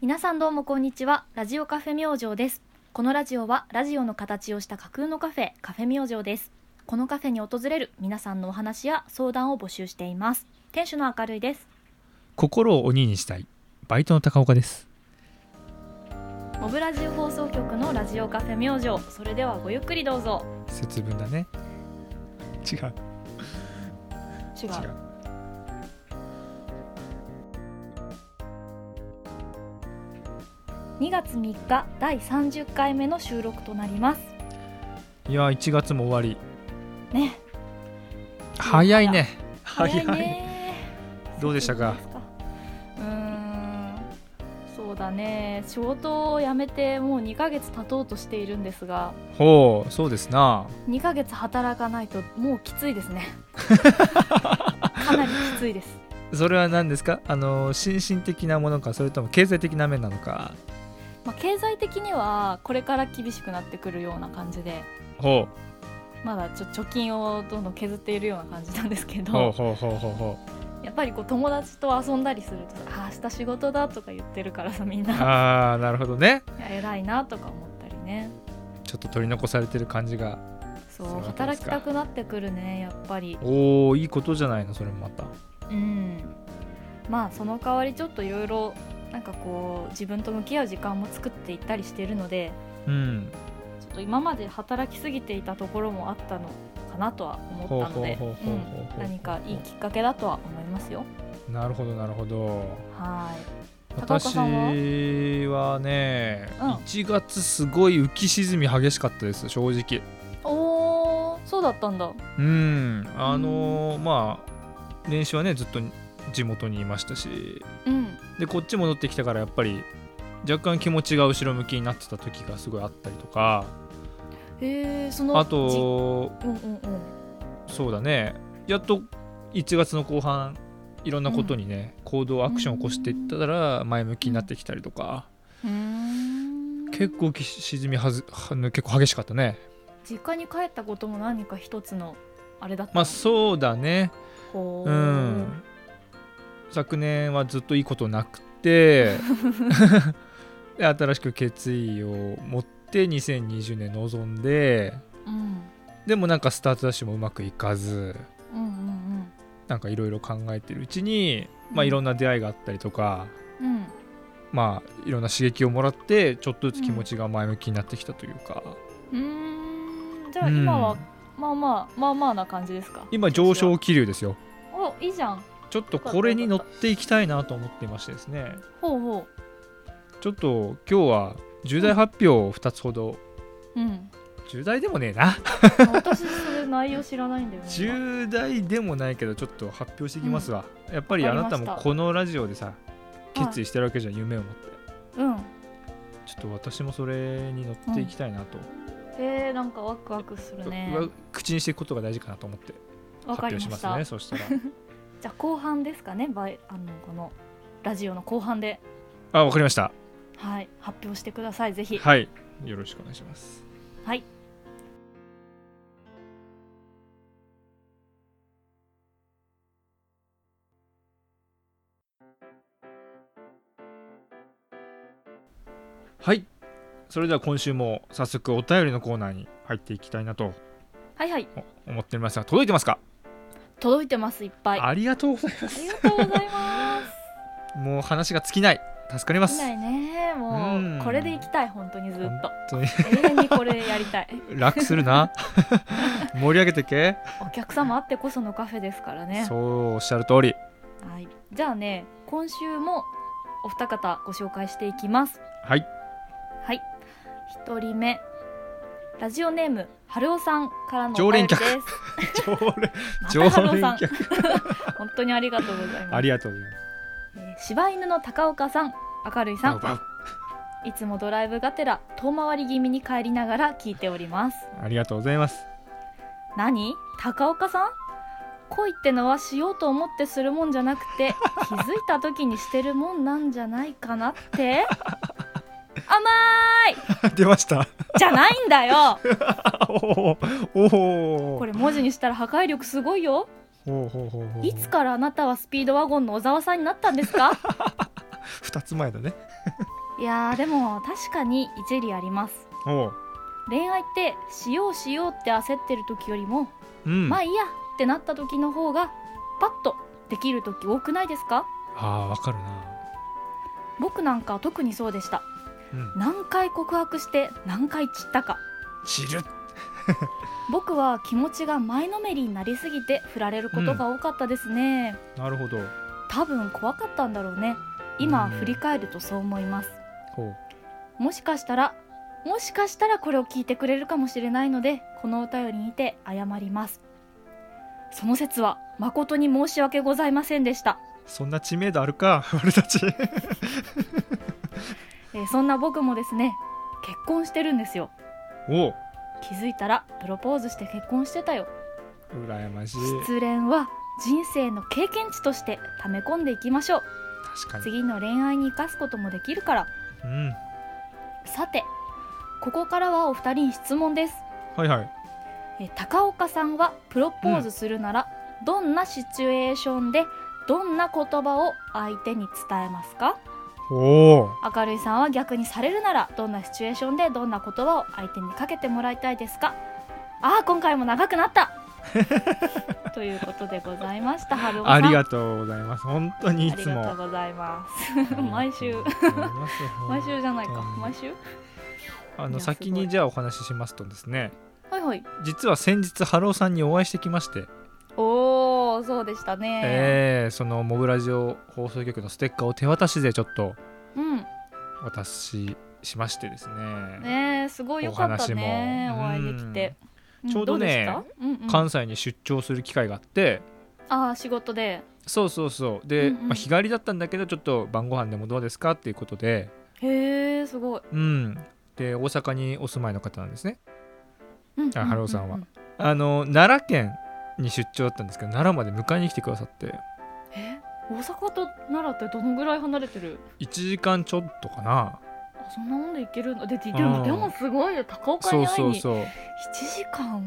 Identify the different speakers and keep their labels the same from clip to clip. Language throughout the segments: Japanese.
Speaker 1: 皆さんどうもこんにちはラジオカフェ明星ですこのラジオはラジオの形をした架空のカフェカフェ明星ですこのカフェに訪れる皆さんのお話や相談を募集しています店主の明るいです
Speaker 2: 心を鬼にしたいバイトの高岡です
Speaker 1: モブラジオ放送局のラジオカフェ明星それではごゆっくりどうぞ
Speaker 2: 節分だね違う
Speaker 1: 違
Speaker 2: 違う
Speaker 1: 2月3日第30回目の収録となります
Speaker 2: いやー1月も終わり
Speaker 1: ね
Speaker 2: 早いね
Speaker 1: ね
Speaker 2: どうでした
Speaker 1: そ
Speaker 2: か
Speaker 1: うですうーんそうだね仕事を辞めてもう2ヶ月経とうとしているんですが
Speaker 2: ほうそうですな
Speaker 1: 2ヶ月働かないともうきついです ねかなりきついです
Speaker 2: それは何ですかあのー心身的なものかそれとも経済的な面なのか
Speaker 1: まあ、経済的にはこれから厳しくなってくるような感じで
Speaker 2: ほ
Speaker 1: まだちょ貯金をどんどん削っているような感じなんですけ
Speaker 2: うほう
Speaker 1: ど
Speaker 2: ほうほうほうほ
Speaker 1: やっぱりこう友達と遊んだりするとさあー明日仕事だとか言ってるからさみん
Speaker 2: う
Speaker 1: な
Speaker 2: あーなるほどね
Speaker 1: いや偉いなとか思ったりね
Speaker 2: ちょっと取り残されてる感じが
Speaker 1: そう
Speaker 2: そうですか
Speaker 1: 働きたくなってくるねやっぱり
Speaker 2: おおいいことじゃないのそれもまた
Speaker 1: うんまあその代わりちょっといろいろなんかこう自分と向き合う時間も作っていったりしているので
Speaker 2: うん
Speaker 1: ちょっと今まで働きすぎていたところもあったのかなとは思ったので
Speaker 2: ほうほうほうほうほうほう
Speaker 1: うん何かいいきっかけだとは思いますよ
Speaker 2: なるほどなるほど
Speaker 1: はい高岡
Speaker 2: 私
Speaker 1: さんは
Speaker 2: はね、
Speaker 1: うん
Speaker 2: 1月すごい浮き沈み激しかったです正直
Speaker 1: おーそうだったんだ
Speaker 2: うんあのーまあ練習はねずっと地元にいましたし
Speaker 1: うん
Speaker 2: でこっち戻ってきたからやっぱり若干気持ちが後ろ向きになってた時がすごいあったりとか
Speaker 1: へえその
Speaker 2: あと
Speaker 1: じうんうんうん
Speaker 2: そうだねやっと1月の後半いろんなことにね、行動アクションを起こしていったら前向きになってきたりとか、
Speaker 1: うーん
Speaker 2: 結構浮き沈みはずは結構激しかったね
Speaker 1: 実家に帰ったことも何か一つのあれだった
Speaker 2: まあそうだね
Speaker 1: ほ
Speaker 2: う
Speaker 1: ー
Speaker 2: ん昨年はずっといいことなく てで新しく決意を持って2020年臨んで
Speaker 1: うん
Speaker 2: でもなんかスタートダッシュもうまくいかず
Speaker 1: うんうん
Speaker 2: なんかいろいろ考えてるうちにま
Speaker 1: う
Speaker 2: あ
Speaker 1: ん
Speaker 2: いろんな出会いがあったりとか、
Speaker 1: うんうん
Speaker 2: まあいろんな刺激をもらってちょっとずつ気持ちが前向きになってきたというか、
Speaker 1: うーんじゃあ今は、
Speaker 2: うん
Speaker 1: まあまあまあまあな感じですか
Speaker 2: 今上昇気流ですよ
Speaker 1: おいいじゃん
Speaker 2: ちょっとこれに乗っていきたいなと思っていましてですね
Speaker 1: ほうほ
Speaker 2: ちょっと今日は重大発表を2つほど、
Speaker 1: う うん
Speaker 2: 重大でもねえな
Speaker 1: 私それ内容知らないんだよね今
Speaker 2: 重大でもないけどちょっと発表していきますわ、やっぱりあな
Speaker 1: わ
Speaker 2: た
Speaker 1: かりま
Speaker 2: も
Speaker 1: した
Speaker 2: このラジオでさ決意してるわけじゃん夢を持って
Speaker 1: うん
Speaker 2: ちょっと私もそれに乗っていきたいなと、
Speaker 1: えー、なんかワクワクするね
Speaker 2: うわ口にしていくことが大事かなと思って
Speaker 1: わ
Speaker 2: 発
Speaker 1: かりま
Speaker 2: 表しま
Speaker 1: し
Speaker 2: す
Speaker 1: た
Speaker 2: ねそしたら
Speaker 1: じゃあ後半ですかねバイあのこのラジオの後半で
Speaker 2: あわかりました
Speaker 1: はい発表してくださいぜひ
Speaker 2: はいよろしくお願いします
Speaker 1: はい。
Speaker 2: はいそれでは今週も早速お便りのコーナーに入っていきたいなと
Speaker 1: はいはい
Speaker 2: 思っておりますが届いてますか、
Speaker 1: 届いてますいっぱいあ
Speaker 2: ありがとうございます
Speaker 1: りがとうございま
Speaker 2: もう話が尽きない助かりますす
Speaker 1: 見ないねも
Speaker 2: うん
Speaker 1: うこれでいきたい本当にずっ
Speaker 2: 本
Speaker 1: と
Speaker 2: 当に
Speaker 1: 永遠にこれやりたい
Speaker 2: 楽する な盛り上げてけ、
Speaker 1: お客様あってこそのカフェですからね
Speaker 2: そうおっしゃる通り
Speaker 1: はい、じゃあね今週もお二方ご紹介していきます
Speaker 2: はい
Speaker 1: はい一人目ラジオネーム春尾さんからの
Speaker 2: 常
Speaker 1: お便
Speaker 2: 連
Speaker 1: りで
Speaker 2: 客
Speaker 1: す
Speaker 2: 常
Speaker 1: ま
Speaker 2: 連常
Speaker 1: た春尾
Speaker 2: 連
Speaker 1: さん
Speaker 2: 客
Speaker 1: 本当にありがとうござい
Speaker 2: あ
Speaker 1: ます
Speaker 2: りがとうございます
Speaker 1: えー柴犬の高岡さん明るいさんいつもドライブがてら遠回り気味に帰りながら聞いております
Speaker 2: ありがとうご ざいます
Speaker 1: 何高岡さん恋ってのはしようと思ってするもんじゃなく て気づいた時にしてるもんなんじゃないかなって 甘い
Speaker 2: 出ました
Speaker 1: じゃないんだよ
Speaker 2: おおお
Speaker 1: こ
Speaker 2: れ
Speaker 1: れ文字にしたら破壊力すごいよ
Speaker 2: ほうほうほうほう
Speaker 1: いつからあなたはスピードワゴンの小沢さんになったんですか
Speaker 2: 二つ前だね
Speaker 1: いやーでも確かに一理あります
Speaker 2: おう
Speaker 1: 恋愛ってしようしようって焦ってる時よりも、
Speaker 2: うん、
Speaker 1: まあ
Speaker 2: あ
Speaker 1: いいやってなった時の方がパッとできる時多くないですか
Speaker 2: あーわかるな、
Speaker 1: 僕なんか特にそうでした
Speaker 2: うん、
Speaker 1: 何回告白して何回散ったか
Speaker 2: 知る
Speaker 1: 僕は気持ちが前のめりになりすぎて振られることが多かったですね、
Speaker 2: なるほど
Speaker 1: 多分怖かったんだろうね今
Speaker 2: うん
Speaker 1: 振り返るとそう思います
Speaker 2: ほう
Speaker 1: もしかしたらもしかしたらこれを聞いてくれるかもしれないのでこのお便りにて謝りますその説は誠に申し訳ございませんでした、
Speaker 2: そんな知名度あるか 俺たち
Speaker 1: えーそんな僕もですね結婚してるんですよ
Speaker 2: おう
Speaker 1: 気づいたらプロポーズして結婚してたよ
Speaker 2: 羨ましい
Speaker 1: 失恋は人生の経験値として溜め込んでいきましょう
Speaker 2: 確かに
Speaker 1: 次の恋愛に生かすこともできるから
Speaker 2: うん
Speaker 1: さてここからはお二人に質問です
Speaker 2: はいはい
Speaker 1: え高岡さんはプロポーズするなら、どんなシチュエーションでどんな言葉を相手に伝えますか
Speaker 2: おお
Speaker 1: 明るいさんは逆にされるならどんなシチュエーションでどんな言葉を相手にかけてもらいたいですかああ今回も長くなったということでございました春尾さん
Speaker 2: ありがとうございます本当にい
Speaker 1: あり
Speaker 2: つ
Speaker 1: が
Speaker 2: も
Speaker 1: とうございます。毎週、毎週じゃないか、毎週。
Speaker 2: あ
Speaker 1: い
Speaker 2: の
Speaker 1: や
Speaker 2: 先
Speaker 1: すごい
Speaker 2: にじゃあお話ししますとですね
Speaker 1: はいはい。
Speaker 2: 実は先日ハローさんにお会いしてきまして、
Speaker 1: おお、そうでした
Speaker 2: え
Speaker 1: ね。
Speaker 2: ーそのモブラジオ放送局のステッカーを手渡しでちょっと
Speaker 1: うん、
Speaker 2: お渡ししましてですね
Speaker 1: ねえ、すごい良かったね。
Speaker 2: お話
Speaker 1: お
Speaker 2: も
Speaker 1: 会いできて。ん
Speaker 2: ちょうど
Speaker 1: う
Speaker 2: ね、
Speaker 1: でしたうんうん、
Speaker 2: 関西に出張する機会があって
Speaker 1: ああ、仕事で。
Speaker 2: そうそうそうで、
Speaker 1: うんうん
Speaker 2: まあ、日帰りだったんだけどちょっと晩ご飯でもどうですかっていうことで
Speaker 1: へえ、すごい。
Speaker 2: うんで大阪にお住まいの方なんですね
Speaker 1: うんうんうんうん
Speaker 2: あ春尾さんは。あの奈良県に出張だったんですけど奈良まで迎えに来てくださって
Speaker 1: え、大阪と奈良ってどのぐらい離れてる。
Speaker 2: 1時間ちょっとかな
Speaker 1: あそんなもんで行けるの、で、でで
Speaker 2: うん
Speaker 1: も、でもすごいよ、高岡
Speaker 2: そ
Speaker 1: に
Speaker 2: う
Speaker 1: 会い
Speaker 2: そう
Speaker 1: に。
Speaker 2: そう
Speaker 1: 一時間は。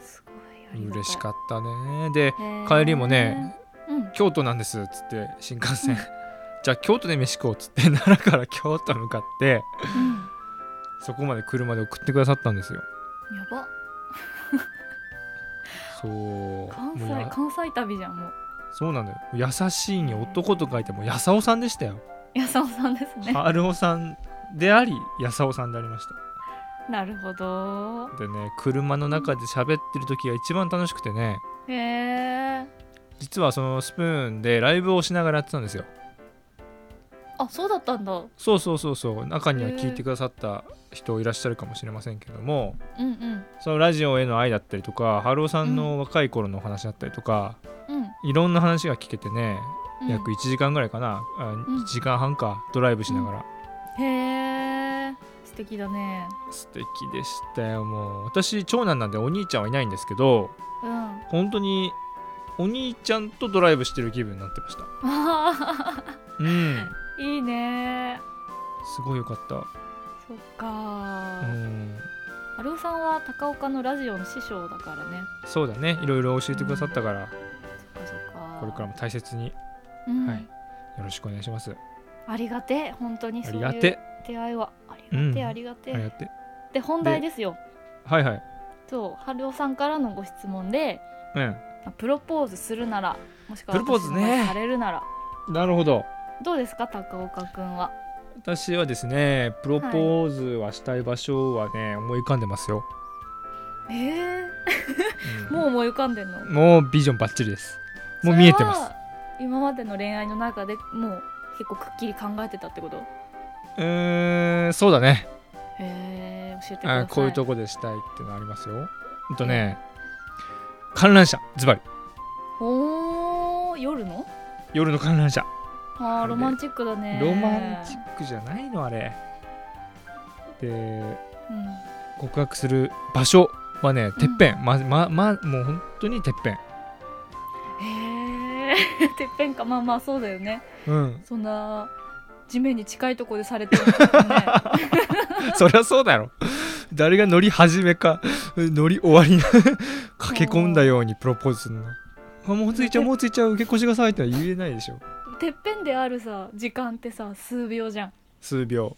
Speaker 1: すごいありがたい。
Speaker 2: 嬉しかったねで
Speaker 1: へえ
Speaker 2: 帰りもね。
Speaker 1: うん。
Speaker 2: 京都なんですっつって新幹線 じゃあ京都で飯食おうっつって奈良から京都向かって
Speaker 1: うん
Speaker 2: そこまで車で送ってくださったんですよ
Speaker 1: やば
Speaker 2: そう
Speaker 1: 関
Speaker 2: もう
Speaker 1: 西
Speaker 2: や
Speaker 1: 関西旅じゃんもう
Speaker 2: そうなんだよ優しいに男と書いてもやさおさんでしたよ
Speaker 1: やさおさんですね
Speaker 2: 春おさんでありやさおさんでありました
Speaker 1: なるほど
Speaker 2: でね車の中で喋ってる時が一番楽しくてね
Speaker 1: へえ
Speaker 2: 実はそのスプーンでライブをしながらやってたんですよ
Speaker 1: あそうだったんだうん
Speaker 2: そうそうそうそう中には聞いてくださった人いらっしゃるかもしれませんけども
Speaker 1: うん
Speaker 2: そのラジオへの愛だったりとか春雄さんの若い頃のお話だったりとか、
Speaker 1: うん
Speaker 2: いろんな話が聞けてね、
Speaker 1: うん
Speaker 2: 約1時間ぐらいかなあ
Speaker 1: ん
Speaker 2: 1時間半かドライブしながら、
Speaker 1: へえ素敵だね
Speaker 2: 素敵でしたよもう私長男なんでお兄ちゃんはいないんですけど
Speaker 1: うん あ
Speaker 2: 本当にお兄ちゃんとドライブしてる気分になってました
Speaker 1: あ
Speaker 2: うん
Speaker 1: いいね
Speaker 2: すごいよかった
Speaker 1: そっか
Speaker 2: うん
Speaker 1: 春尾さんは高岡のラジオの師匠だからね
Speaker 2: そうだねいろいろ教えてくださったか
Speaker 1: そ
Speaker 2: ら、
Speaker 1: っかそっか
Speaker 2: これからも大切によ
Speaker 1: うん
Speaker 2: はいろしくお願いします
Speaker 1: ありがてえ本当に
Speaker 2: あ
Speaker 1: そうい
Speaker 2: り
Speaker 1: う
Speaker 2: がて
Speaker 1: 出会いはありがてえ
Speaker 2: うん
Speaker 1: ありがて
Speaker 2: あり
Speaker 1: え
Speaker 2: がて
Speaker 1: で本題ですよ
Speaker 2: はいはい
Speaker 1: そう春尾さんからのご質問で
Speaker 2: う
Speaker 1: まあプロポーズするならもしくは
Speaker 2: プロポーズ
Speaker 1: 私
Speaker 2: ね
Speaker 1: の場合されるなら
Speaker 2: んなるほど
Speaker 1: どうですか高岡くんは
Speaker 2: 私はですねプロポーズはしたい場所はね、思い浮かんでますよ、
Speaker 1: ええ
Speaker 2: うん
Speaker 1: もう思い浮かんでんの
Speaker 2: もうビジョンバッチリですもう見えて
Speaker 1: それ
Speaker 2: ます
Speaker 1: は今までの恋愛の中でもう結構くっきり考えてたってこと
Speaker 2: うーんそうだね
Speaker 1: へえ教えてください
Speaker 2: あこういうとこでしたいってのありますようんとね観覧車ズバリ
Speaker 1: おー夜の
Speaker 2: 夜の観覧車
Speaker 1: あーロマンチックだね
Speaker 2: ロマンチックじゃないのあれで
Speaker 1: うん
Speaker 2: 告白する場所はねてっぺん、まままもう本当にてっぺん
Speaker 1: へえ てっぺんかまあまあそうだよね
Speaker 2: うん
Speaker 1: そんな地面に近いとこでされてるんだ からね
Speaker 2: そりゃそうだろ誰が乗り始めか乗り終わりな 駆け込んだようにプロポーズするのあもうついちゃうもうついちゃう受け越しがさいって言えないでしょ
Speaker 1: てっぺんであるさ時間ってさ数秒じゃん
Speaker 2: 数秒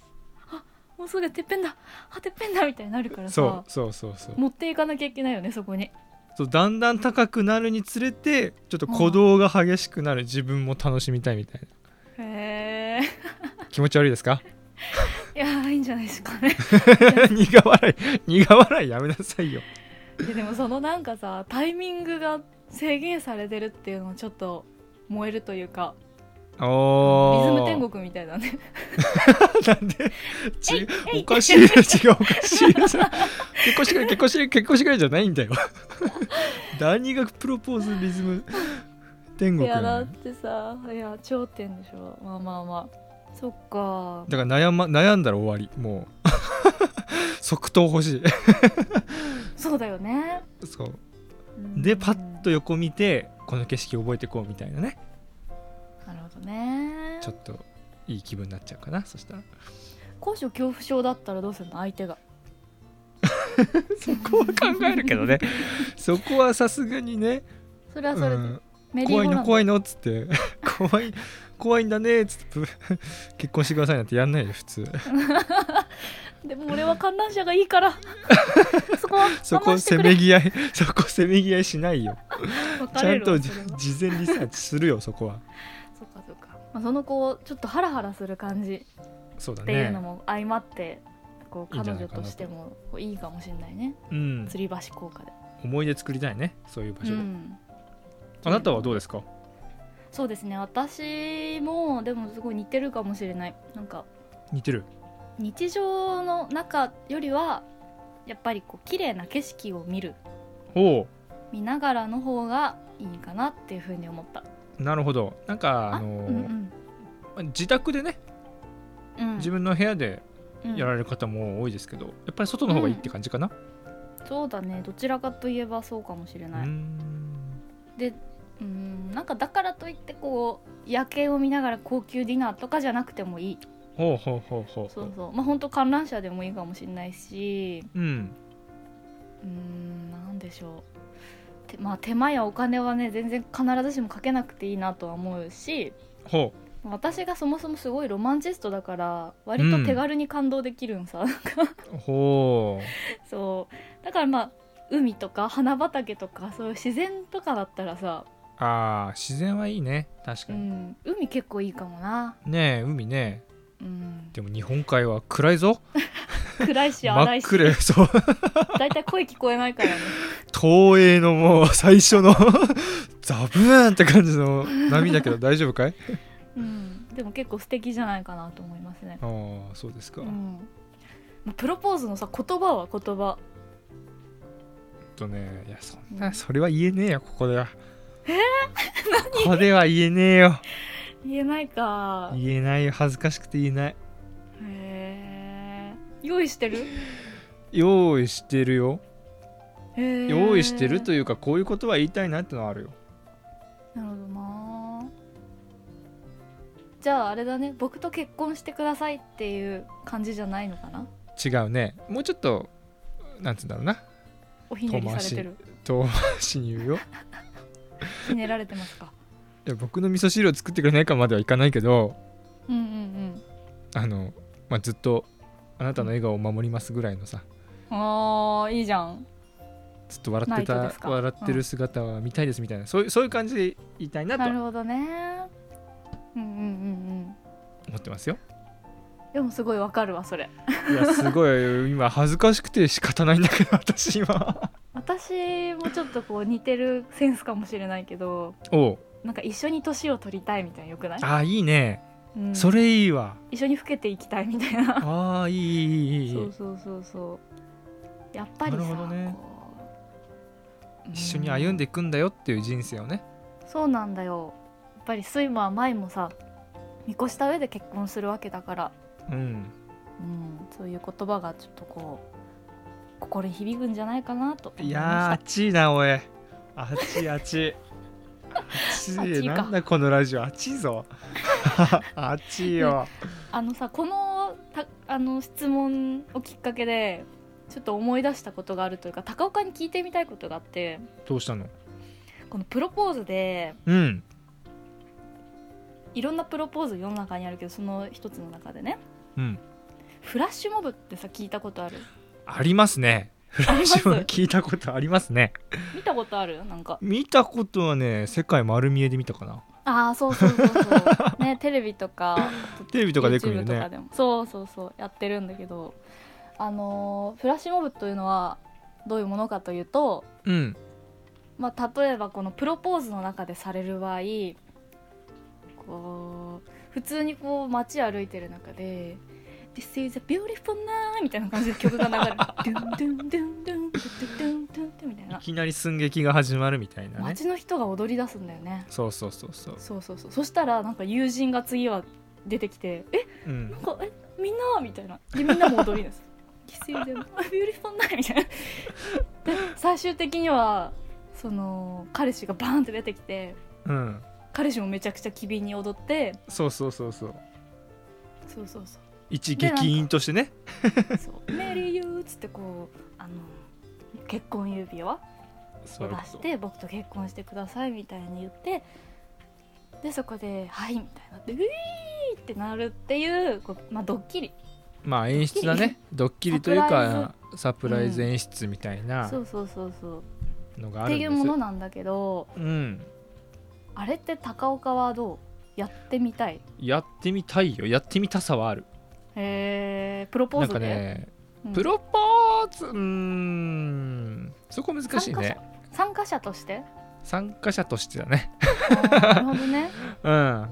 Speaker 1: もうすぐてっぺんだあてっぺんだみたいになるからさ
Speaker 2: そうそうそうそう
Speaker 1: 持っていかなきゃいけないよねそこに
Speaker 2: そうだんだん高くなるにつれてちょっと鼓動が激しくなる自分も楽しみたいみたい
Speaker 1: へえ
Speaker 2: な気持ち悪いですか
Speaker 1: いやーいいんじゃないですかね
Speaker 2: 苦笑い苦笑いやめなさいよ
Speaker 1: いやでもそのなんかさタイミングが制限されてるっていうのもちょっと燃えるというかリズ
Speaker 2: お
Speaker 1: ム
Speaker 2: ー
Speaker 1: 天国みたいだね
Speaker 2: なんで
Speaker 1: え
Speaker 2: ち
Speaker 1: いえい
Speaker 2: おかしい 違うおかしいじゃん結婚してくれ結婚してくれ結婚してくれじゃない んだよ何がプロポーズリズム天
Speaker 1: い
Speaker 2: 国な
Speaker 1: やだ
Speaker 2: の
Speaker 1: ってさいや頂点でしょまあまあまあそっか
Speaker 2: だから悩,、ま、悩んだら終わりもう 即答欲し
Speaker 1: そうだよね
Speaker 2: い そう
Speaker 1: うん
Speaker 2: でパッと横見てこの景色覚えてこうみたいなね
Speaker 1: なるほどね
Speaker 2: ちょっといい気分になっちゃうかなそし たら
Speaker 1: 高所恐怖症だったらどうするの相手が
Speaker 2: そこは考えるけ どねそこはさすがにね、
Speaker 1: それは
Speaker 2: う
Speaker 1: それで、
Speaker 2: ん、
Speaker 1: メリーゴ
Speaker 2: 怖
Speaker 1: ー
Speaker 2: い
Speaker 1: ラ
Speaker 2: の
Speaker 1: ンド
Speaker 2: 怖いのっつって 怖い怖いんだねっつって プ結婚してくださいなんてやんないよ 普通
Speaker 1: でも俺は観覧車がいいから そこは
Speaker 2: そ
Speaker 1: 我
Speaker 2: こ
Speaker 1: 慢して
Speaker 2: せ
Speaker 1: く
Speaker 2: め
Speaker 1: れ
Speaker 2: ぎ合い そこせめぎ合いしな いよ
Speaker 1: 別
Speaker 2: ちゃ
Speaker 1: れ
Speaker 2: ん
Speaker 1: る
Speaker 2: と
Speaker 1: わ
Speaker 2: じ
Speaker 1: それは
Speaker 2: 事前リサーチするよそこは
Speaker 1: そっかそっか、まあ、そのこうちょっとハラハラする感じ
Speaker 2: そうだ
Speaker 1: っていう
Speaker 2: ね
Speaker 1: のも相まって、こう
Speaker 2: いい
Speaker 1: 彼
Speaker 2: んじゃない
Speaker 1: 女
Speaker 2: かなと
Speaker 1: としてもこういいかもしれないね
Speaker 2: うん
Speaker 1: 吊り橋効果で、
Speaker 2: 思い出作りたいねそういう場所
Speaker 1: う
Speaker 2: で
Speaker 1: ん
Speaker 2: あなたはどうですか
Speaker 1: そうですね私もでもすごい似てるかもしれないなんか
Speaker 2: 似てる
Speaker 1: 日常の中よりはやっぱりこう綺麗な景色を見る
Speaker 2: おお
Speaker 1: 見ながらの方がいいかなっていうふうに思った
Speaker 2: なるほどなんかあ
Speaker 1: う
Speaker 2: の
Speaker 1: ん
Speaker 2: ー
Speaker 1: うん
Speaker 2: まあ自宅でね
Speaker 1: うん
Speaker 2: 自分の部屋で
Speaker 1: うん
Speaker 2: やられる方も多いですけどやっぱり外の方がいいって感じかな
Speaker 1: そうだねどちらかといえばそうかもしれ
Speaker 2: う
Speaker 1: ない、うん、
Speaker 2: ん
Speaker 1: なんかだからといってこう夜景を見ながら高級ディナーとかじゃなくてもいい
Speaker 2: ほうほうほうほう
Speaker 1: そうそうまあ本当観覧車でもいいかもしれないし
Speaker 2: うん
Speaker 1: うーんなんでしょうてまあ手間やお金はね全然必ずしもかけなくていいなとは思うし
Speaker 2: ほ
Speaker 1: 私がそもそもすごいロマンチストだから割と手軽に感動できるんさ、
Speaker 2: うほう
Speaker 1: そうだからまあ海とか花畑とかそういう自然とかだったらさ、
Speaker 2: あー自然はいいね確
Speaker 1: う
Speaker 2: かに、
Speaker 1: ん、海結構いいかもな、
Speaker 2: ねえ海ね
Speaker 1: うん、
Speaker 2: でも日本海は暗いぞ
Speaker 1: 暗いし荒
Speaker 2: 真
Speaker 1: い
Speaker 2: っ
Speaker 1: し
Speaker 2: 暗いそう
Speaker 1: だいたい声聞こえないから ね
Speaker 2: 東映のもう最初の ザブーンって感じの波だけど大丈夫かい
Speaker 1: うん、でも結構素敵じゃないかなと思いますね。
Speaker 2: ああそうですか、
Speaker 1: う
Speaker 2: ちょ
Speaker 1: ん、まあプロポーズのさ言葉は言葉
Speaker 2: っとねいやそんなそれは言えねえよここでは ここでは言えねえよ
Speaker 1: 言えないか。
Speaker 2: 言えないよ恥ずかしくて言えない
Speaker 1: へえ。用意してる？
Speaker 2: 用意してるよ
Speaker 1: へえ
Speaker 2: 用意してるというかこういうことは言いたいなってのはあるよ
Speaker 1: なるほどな。じゃああれだね。僕と結婚してくださいっていう感じじゃないのかな？
Speaker 2: 違うねもうちょっとなんつうんだろうな
Speaker 1: おひねりされてる。
Speaker 2: 遠回しに言うよ
Speaker 1: ひねられてますか？
Speaker 2: いや僕の味噌汁を作ってくれないかまではいかないけど
Speaker 1: うんうんうん。
Speaker 2: あの、まあ、ずっとあなたの笑顔を守りますぐらいのさ
Speaker 1: ああいいじゃん。
Speaker 2: ずっと笑って
Speaker 1: ナイト
Speaker 2: た
Speaker 1: ですか
Speaker 2: 笑ってる姿は見たいですみたいな、そういうそういう感じで言いたいなと
Speaker 1: なるほどね。うんうんうんうん。
Speaker 2: 思ってますよ。
Speaker 1: でもすごいわかるわそれ。
Speaker 2: いやすごい 今恥ずかしくて仕方ないんだけど私今。
Speaker 1: 私もちょっとこう似てるセンスかもしれないけど
Speaker 2: おう
Speaker 1: なんか一緒に年を取りたいみたいなよくない、
Speaker 2: あいいね、
Speaker 1: うん、
Speaker 2: それいいわ。
Speaker 1: 一緒に老けていきたいみたいな
Speaker 2: あーいいいいいいいい
Speaker 1: そうそうそうそうやっぱりさ
Speaker 2: なるほどね
Speaker 1: こう
Speaker 2: 一緒に歩んでいくんだよっていう人生をね。
Speaker 1: うんそうなんだよやっぱり酸いも甘いもさ見越した上で結婚するわけだから、
Speaker 2: うん
Speaker 1: うん、そういう言葉がちょっとこう心に響くんじゃないかなと思
Speaker 2: い
Speaker 1: いました
Speaker 2: やーあっちいなおいあっちいあっちいあっちい
Speaker 1: あっちいか
Speaker 2: なんだこのラジオあっちいぞ あっちいよ、
Speaker 1: あのさこのたあの質問をきっかけでちょっと思い出したことがあるというか高岡に聞いてみたいことがあって
Speaker 2: どうしたの
Speaker 1: このプロポーズで
Speaker 2: うん
Speaker 1: いろんなプロポーズ世の中にあるけどその一つの中でね
Speaker 2: うん、
Speaker 1: フラッシュモブってさ聞いたことある
Speaker 2: ありますねフラッシュ
Speaker 1: あり
Speaker 2: は
Speaker 1: ま
Speaker 2: 聞いたことありますね
Speaker 1: 見たことあるなんか
Speaker 2: 見たことはね世界丸見えで見たかな
Speaker 1: ああそうそうそう そうねテレビと か
Speaker 2: テレビとか出てくるよ
Speaker 1: YouTube とか
Speaker 2: ね
Speaker 1: でもそうそうそうやってるんだけどあのーフラッシュモブというのはどういうものかというと、
Speaker 2: うん
Speaker 1: まあ、例えばこのプロポーズの中でされる場合こう普通にこう街歩いてる中で「This is a beautiful night」みたいな感じで曲が流れ る「ドゥンドゥンドゥンドゥンドゥンドゥンドゥンドゥン」みたい
Speaker 2: い
Speaker 1: な
Speaker 2: きなり寸劇が始まるみたいなね
Speaker 1: 街の人が踊り出すんだよね
Speaker 2: そうそうそうそう、
Speaker 1: そうそうそうそしたらなんか友人が次は出てきて「え
Speaker 2: うん
Speaker 1: なん、かえみんな」みたいなでみんなも踊りです 「キスイでビューリフォンナイ」みたいなで最終的にはその彼氏がバーンって出てきて
Speaker 2: うん、
Speaker 1: 彼氏もめちゃくちゃ機敏に踊って
Speaker 2: そうそうそうそう
Speaker 1: そうそうそ
Speaker 2: 一
Speaker 1: でなんか
Speaker 2: 激員としてね
Speaker 1: うそう「メリーユー」っつってこうあの結婚指輪
Speaker 2: そ
Speaker 1: を
Speaker 2: うい
Speaker 1: 出
Speaker 2: うこ
Speaker 1: し
Speaker 2: と
Speaker 1: て「僕と結婚してください」みたいに言ってでそこで「はい」みたいになって「ウィー!」ってなるっていうこう、まあ、ドッキリ
Speaker 2: まあ演出だねドッキリというかサプライズ演出みたいな
Speaker 1: そうそうそうそう
Speaker 2: のがあ
Speaker 1: っ
Speaker 2: る
Speaker 1: て
Speaker 2: んで
Speaker 1: い
Speaker 2: す
Speaker 1: うものなんだけど
Speaker 2: うん
Speaker 1: あれって高岡はどうやってみたい
Speaker 2: やってみたいよやってみたさはある
Speaker 1: へえプロポー
Speaker 2: なん
Speaker 1: ズ
Speaker 2: か
Speaker 1: で、
Speaker 2: ね
Speaker 1: うん
Speaker 2: プロポーズうーんそこ難しいね
Speaker 1: 参加者として
Speaker 2: 参加者としてだね
Speaker 1: あーなるほどね
Speaker 2: うん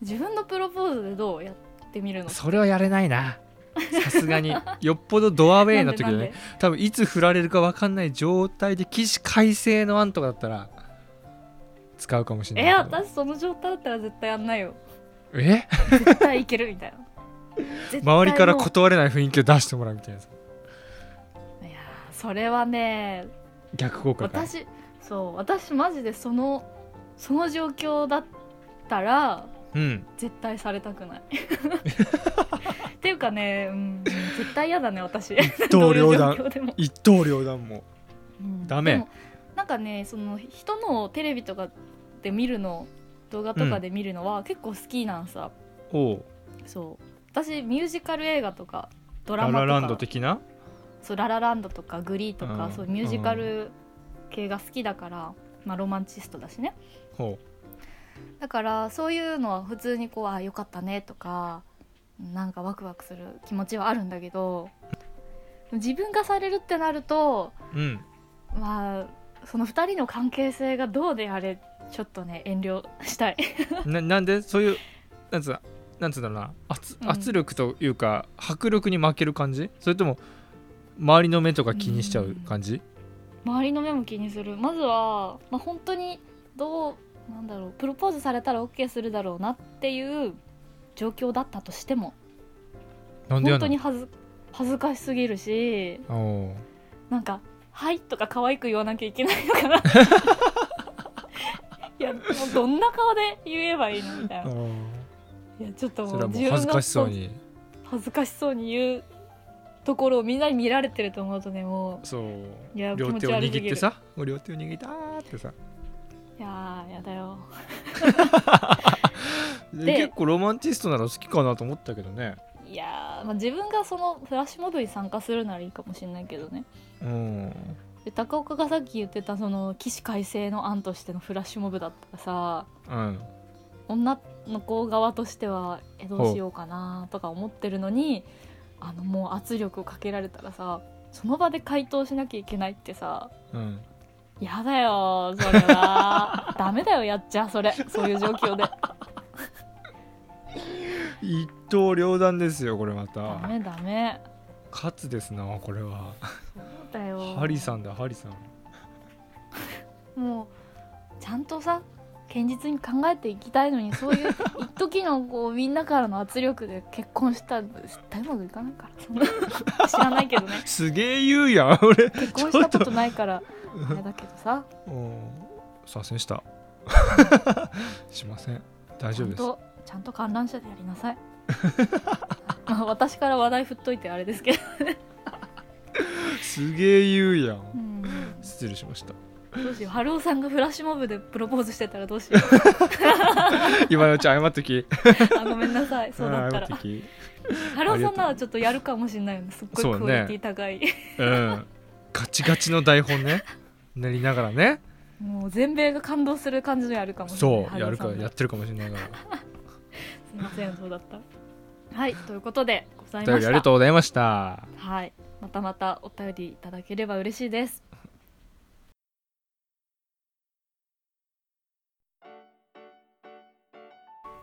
Speaker 1: 自分のプロポーズでどうやってみるの
Speaker 2: それはやれないなさすが によっぽどドアウェイ
Speaker 1: な
Speaker 2: なん
Speaker 1: で
Speaker 2: 時
Speaker 1: な
Speaker 2: だ
Speaker 1: ん
Speaker 2: ね
Speaker 1: で
Speaker 2: 多分いつ振られるか分かんない状態で起死回生の案とかだったら使うかもしれ
Speaker 1: え
Speaker 2: ないけど
Speaker 1: 私その状態だったら絶対やんない よ
Speaker 2: え
Speaker 1: 絶対いけるみたいな絶対もう
Speaker 2: 周りから断れない雰囲気を出してもらうみたいない
Speaker 1: やーそれはね
Speaker 2: 逆効果か
Speaker 1: 私そう私マジでそのその状況だったら
Speaker 2: うん
Speaker 1: 絶対された くないっていうかね、うん、絶対嫌だね私
Speaker 2: 一刀
Speaker 1: どう
Speaker 2: 両
Speaker 1: いう状
Speaker 2: 断
Speaker 1: 況でも、
Speaker 2: 一刀両断も
Speaker 1: うん
Speaker 2: ダメ
Speaker 1: でもなんかねその人のテレビとかで見るの動画とかで見るのは結構好きなんさ、
Speaker 2: おう
Speaker 1: そう私ミュージカル映画とかドラ
Speaker 2: ラ
Speaker 1: マ
Speaker 2: ラ
Speaker 1: とか
Speaker 2: ランド的な
Speaker 1: そうララランドとかグリーとか、
Speaker 2: うん
Speaker 1: そうミュージカル系が好きだから、まあ、ロマンチストだしね
Speaker 2: ほ
Speaker 1: だからそういうのは普通にこうあよかったねとかなんかワクワクする気持ちはあるんだけど自分がされるってなると
Speaker 2: ううん
Speaker 1: まあその2人の関係性がどうであれちょっとね遠慮したい
Speaker 2: ななんでそういうなんつうのなんつうんだろうな圧
Speaker 1: うん
Speaker 2: 圧力というか、迫力に負ける感じそれとも周りの目とか気にしちゃう感じ、
Speaker 1: 周りの目も気にするまずは、まあ、本当にどうなんだろうプロポーズされたら OK するだろうなっていう状況だったとしても
Speaker 2: なんでや
Speaker 1: 本
Speaker 2: な
Speaker 1: 当
Speaker 2: の
Speaker 1: に恥ず恥ずかしすぎるし
Speaker 2: おう
Speaker 1: なんか「はい」とか可愛く言わなきゃいけないのかな いやもうどんな顔で言えばいいのみたいなやちょっと
Speaker 2: それは
Speaker 1: もう
Speaker 2: も
Speaker 1: 自分
Speaker 2: う
Speaker 1: の
Speaker 2: 恥ずかしそうに
Speaker 1: 恥ずかしそうに言うところをみんなに見られてると思うとねも
Speaker 2: そう
Speaker 1: いや
Speaker 2: 両手
Speaker 1: 気持
Speaker 2: を
Speaker 1: ち悪すぎ
Speaker 2: 握
Speaker 1: る
Speaker 2: ってさもう両手を握ってあーってさ
Speaker 1: ういやーやだよで
Speaker 2: 結構ロマンチストなら好きかなと思ったけどね
Speaker 1: いやー、まあ、自分がそのフラッシュモブに参加するならいいかもしれないけどね
Speaker 2: うん
Speaker 1: で高岡がさっき言ってたその起死回生の案としてのフラッシュモブだったらさ
Speaker 2: うん
Speaker 1: 女の子側としてはえどうしようかなとか思ってるのにあのもう圧力をかけられたらさその場で回答しなきゃいけないってさ
Speaker 2: うん
Speaker 1: やだよそれ はダメだよやっちゃそれそういう状況で
Speaker 2: 一刀両断ですよこれま
Speaker 1: ダ
Speaker 2: た
Speaker 1: メダメ
Speaker 2: 勝つですなこれは
Speaker 1: そうだよ
Speaker 2: ハリさんだハリさん
Speaker 1: もうちゃんとさ堅実に考えていきたいのにそういう一時のこうみんなからの圧力で結婚したら絶対うまくいかないからそん な知らないけどね
Speaker 2: すげえ言うやん俺
Speaker 1: 結婚したことないからあれだけどさ
Speaker 2: うん左遷した しません大
Speaker 1: ち
Speaker 2: 丈
Speaker 1: ゃ
Speaker 2: 夫
Speaker 1: ん
Speaker 2: です
Speaker 1: とちゃんと観覧車でやりなさい まあ私から話題振っといてあれ ですけど、
Speaker 2: すげえ言うや
Speaker 1: うんん
Speaker 2: 失礼しました
Speaker 1: どうしよう春雄さんがフラッシュモブでプロポーズしてたらどうしよ
Speaker 2: 今のうち謝っとき
Speaker 1: うあごめんなさいそうだったら
Speaker 2: 謝っとき
Speaker 1: 春雄さんならちょっとやるかもしれないよねすっごい
Speaker 2: そうね
Speaker 1: クオリティ高い、
Speaker 2: うんガチガチの台本ねなりながらね
Speaker 1: もう全米が感動する感じのやるかもしれない
Speaker 2: そうやるか
Speaker 1: 春雄さんな
Speaker 2: やってるかもしれないから
Speaker 1: すいませんそうだったはいということでござ
Speaker 2: お
Speaker 1: い
Speaker 2: 便
Speaker 1: ま
Speaker 2: り
Speaker 1: し
Speaker 2: ありがと
Speaker 1: た
Speaker 2: うございました
Speaker 1: はいまたまたお便りいただければ嬉しいです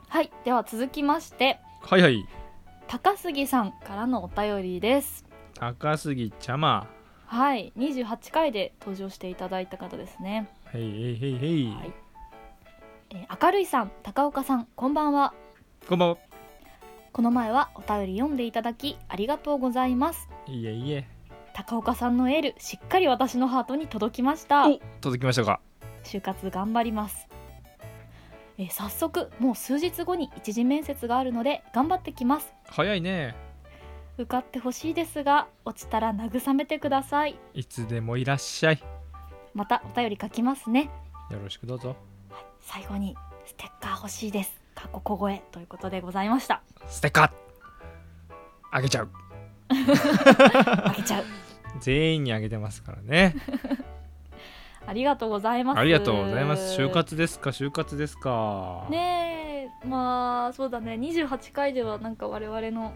Speaker 1: はいでは続きまして
Speaker 2: はいはい
Speaker 1: 高杉さんからのお便りです
Speaker 2: 高杉ちゃま
Speaker 1: はい28回で登場していただいた方ですね
Speaker 2: へいへいへいへい、
Speaker 1: はいえー明るいさん高岡さんこんばんは
Speaker 2: こんばんは
Speaker 1: この前はお便り読んでいただきありがとうございます
Speaker 2: いえいえ
Speaker 1: 高岡さんのエールしっかり私のハートに届きました
Speaker 2: お届きましたか
Speaker 1: 就活頑張りますえー早速もう数日後に一次面接があるので頑張ってきます
Speaker 2: 早いね
Speaker 1: 受かってほしいですが落ちたら慰めてください
Speaker 2: いつでもいらっしゃい
Speaker 1: またお便り書きますね
Speaker 2: よろしくどうぞ
Speaker 1: 最後にステッカー欲しいですかっこ小声ということでございました
Speaker 2: ステッカーあげちゃう
Speaker 1: あげちゃう
Speaker 2: 全員にあげてますからね
Speaker 1: ありがとうございます
Speaker 2: ありがとうございます就活ですか就活ですか
Speaker 1: ねえまあそうだね28回ではなんか我々の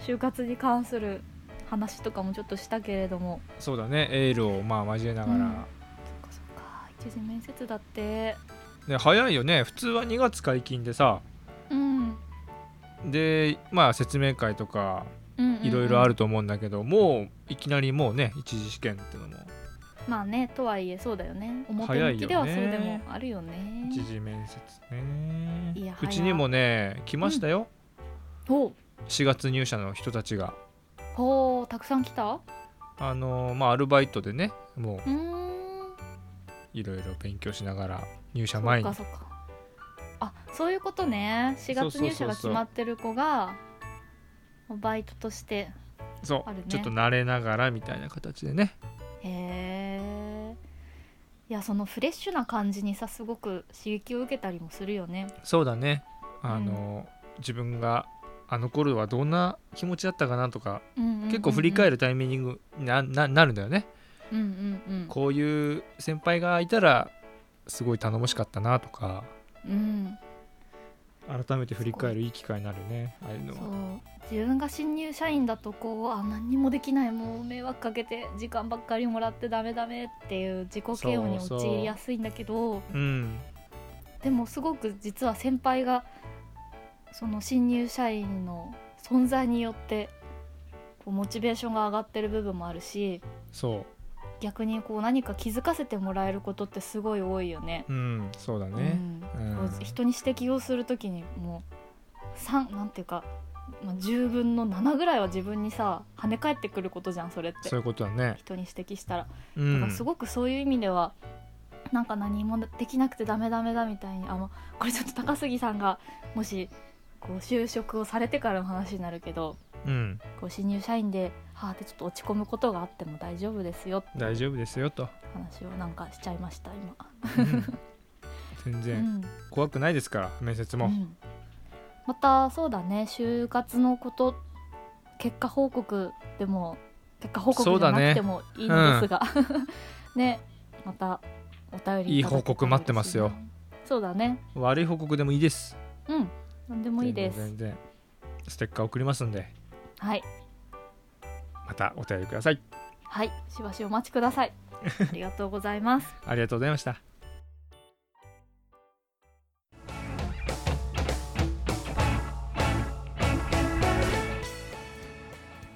Speaker 1: 就活に関する話とかもちょっとしたけれども
Speaker 2: そうだねエールをまあ交えながら、
Speaker 1: うんそっかそっか一次面接だって
Speaker 2: ね早いよね普通は2月解禁でさ
Speaker 1: うん
Speaker 2: でまあ説明会とかいろいろあると思うんだけど、もういきなりもうね一次試験ってのも
Speaker 1: まあねとはいえそうだよね表
Speaker 2: 早
Speaker 1: 向
Speaker 2: いよね
Speaker 1: きではそれでもあるよね
Speaker 2: 一次面接ね
Speaker 1: いや
Speaker 2: うちにもね来ましたよ、
Speaker 1: ほ
Speaker 2: 4月入社の人たちが
Speaker 1: うほうたくさん来たう
Speaker 2: あのーまあアルバイトでねも
Speaker 1: ーん
Speaker 2: ういろいろ勉強しながら入社
Speaker 1: そ
Speaker 2: 前
Speaker 1: っ
Speaker 2: に
Speaker 1: かそっかあそういうことね4
Speaker 2: そうそ
Speaker 1: 月
Speaker 2: うそうそう
Speaker 1: 入社が決まってる子がバイトとして
Speaker 2: そう、
Speaker 1: あるね
Speaker 2: ちょっと慣れながらみたいな形でね
Speaker 1: へえいやそのフレッシュな感じにさすごく刺激を受けたりもするよね
Speaker 2: そうだねあのー、自分があの頃はどんな気持ちだったかなとか結構振り返
Speaker 1: る
Speaker 2: るタイミングになななるんだよね
Speaker 1: うんうんうん
Speaker 2: こういう先輩がいたらすごい頼もしかったなとか
Speaker 1: うん
Speaker 2: 改めて振り返るいい機会になるねああいうの
Speaker 1: そ
Speaker 2: は
Speaker 1: う自分が新入社員だとこうあ何にもできないもう迷惑かけて時間ばっかりもらってダメダメっていう自己嫌悪に
Speaker 2: そうそう
Speaker 1: 陥りやすいんだけど
Speaker 2: うん
Speaker 1: でもすごく実は先輩がその新入社員の存在によってこうモチベーションが上がってる部分もあるし
Speaker 2: そ
Speaker 1: 逆にこう何か気づかせてもらえることってすごい多いよね。
Speaker 2: ううんそうだね、
Speaker 1: うん
Speaker 2: うん
Speaker 1: こう人に指摘をするときにもう3なんていうか、まあ、10分の7ぐらいは自分にさ跳ね返ってくることじゃんそれって
Speaker 2: そういうことだね
Speaker 1: 人に指摘したら、
Speaker 2: う
Speaker 1: だから
Speaker 2: ん
Speaker 1: すごくそういう意味ではなんか何もできなくてダメダメだみたいにあのこれちょっと高杉さんがもしこう就職をされてからの話になるけど
Speaker 2: うん
Speaker 1: こう新入社員ではあってちょっと落ち込むことがあっても大丈夫ですよって
Speaker 2: 大丈夫です よと、
Speaker 1: 話をなんかしちゃいました今。
Speaker 2: うん全
Speaker 1: う
Speaker 2: 然
Speaker 1: ん
Speaker 2: 怖くないですから面接も、
Speaker 1: ん、またそうだね就活のこと結果報告でも結果報
Speaker 2: そ
Speaker 1: 告
Speaker 2: う
Speaker 1: じゃ
Speaker 2: だ
Speaker 1: な
Speaker 2: ね
Speaker 1: くてもいいのですが ねまたお便りいただけたら嬉しない
Speaker 2: い報告待ってますよ
Speaker 1: そうだね
Speaker 2: 悪い報告でもいいです
Speaker 1: うん何でもいいで
Speaker 2: 全
Speaker 1: す
Speaker 2: 然ステッカー送りますんで
Speaker 1: はい
Speaker 2: またお便りください
Speaker 1: はいしばしお待ちくださいありがとうございます
Speaker 2: ありがとうございました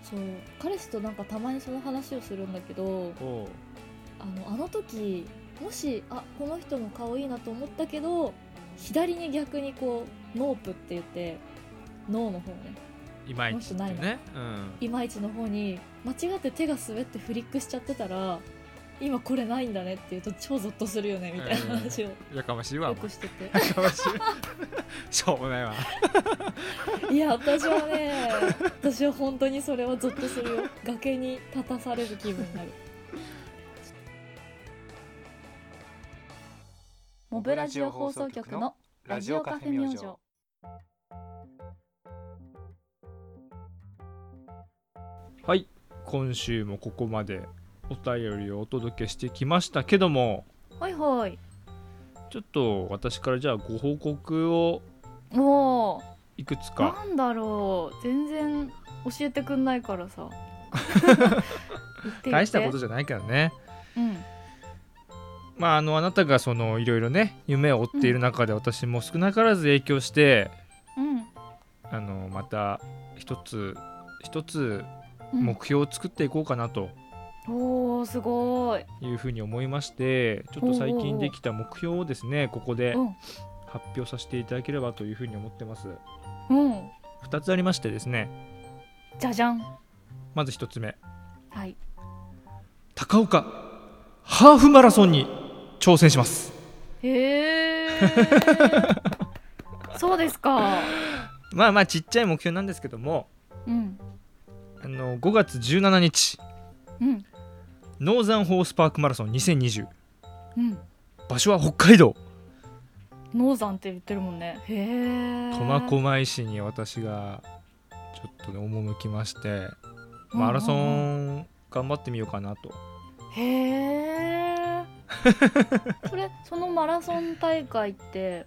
Speaker 1: そう彼氏となんかたまにその話をするんだけど
Speaker 2: おう
Speaker 1: あのあの時もしあこの人も顔いいなと思ったけど左に逆にこうノープって言って脳の方ね
Speaker 2: いまいちって
Speaker 1: もう一つな
Speaker 2: ね、うん、
Speaker 1: いまいちの方に間違って手が滑ってフリックしちゃってたら今これないんだねって言うと超ゾッとするよねみたいな話を
Speaker 2: やかましいわ
Speaker 1: よ
Speaker 2: もう
Speaker 1: くしてて
Speaker 2: やかましい しょうもないわ
Speaker 1: いや私はね私は本当にそれはゾッとするよ崖に立たされる気分になるモブラジオ放送局のラジオカフェ明星
Speaker 2: はい今週もここまでお便りをお届けしてきましたけども
Speaker 1: ほいほい
Speaker 2: ちょっと私からじゃあご報告を
Speaker 1: おお
Speaker 2: いくつか
Speaker 1: なんだろう全然教えてくんないから さ言って言って
Speaker 2: 大したことじゃないけどね
Speaker 1: うん
Speaker 2: まああのあなたがそのいろいろね夢を追っている中で私も少なからず影響して、
Speaker 1: うん
Speaker 2: あのまた一つ一つ
Speaker 1: うん
Speaker 2: 目標を作っていこうかなと
Speaker 1: おーすごい
Speaker 2: いうふうに思いましてちょっと最近できた目標をですねここで
Speaker 1: うん
Speaker 2: 発表させていただければというふうに思ってます
Speaker 1: うん
Speaker 2: 2つありましてですね
Speaker 1: じゃじゃん
Speaker 2: まず1つ目
Speaker 1: はい
Speaker 2: 高岡ハーフマラソンに挑戦します
Speaker 1: へ ーそうですか
Speaker 2: まあまあちっちゃい目標なんですけども
Speaker 1: うん
Speaker 2: あの5月17日
Speaker 1: うん
Speaker 2: ノーザンホースパークマラソン2020
Speaker 1: うん
Speaker 2: 場所は北海道
Speaker 1: ノーザンって言ってるもんねへえ
Speaker 2: 苫小牧市に私がちょっとね赴きましてマラソン頑張ってみようかなと
Speaker 1: へえ それそのマラソン大会って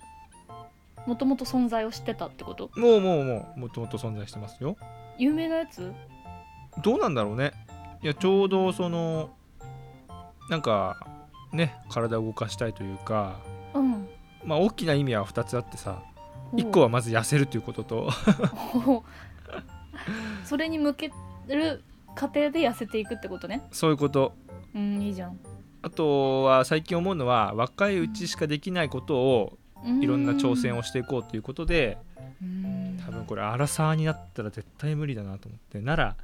Speaker 1: もともと存在を知ってたってこと
Speaker 2: もうもうもうもともと存在してますよ
Speaker 1: 有名なやつ
Speaker 2: どうなんだろうねいやちょうどそのなんかね体を動かしたいというか
Speaker 1: うん
Speaker 2: まあ大きな意味は2つあってさ1個
Speaker 1: は
Speaker 2: はまず痩せるということと
Speaker 1: それに向ける過程で痩せていくってことね
Speaker 2: そういうこと
Speaker 1: うんいいじゃん
Speaker 2: あとは最近思うのは若いうちしかできないことをいろんな挑戦
Speaker 1: を
Speaker 2: をしていこうということで多分これアラサーになったら絶対無理だなと思ってなら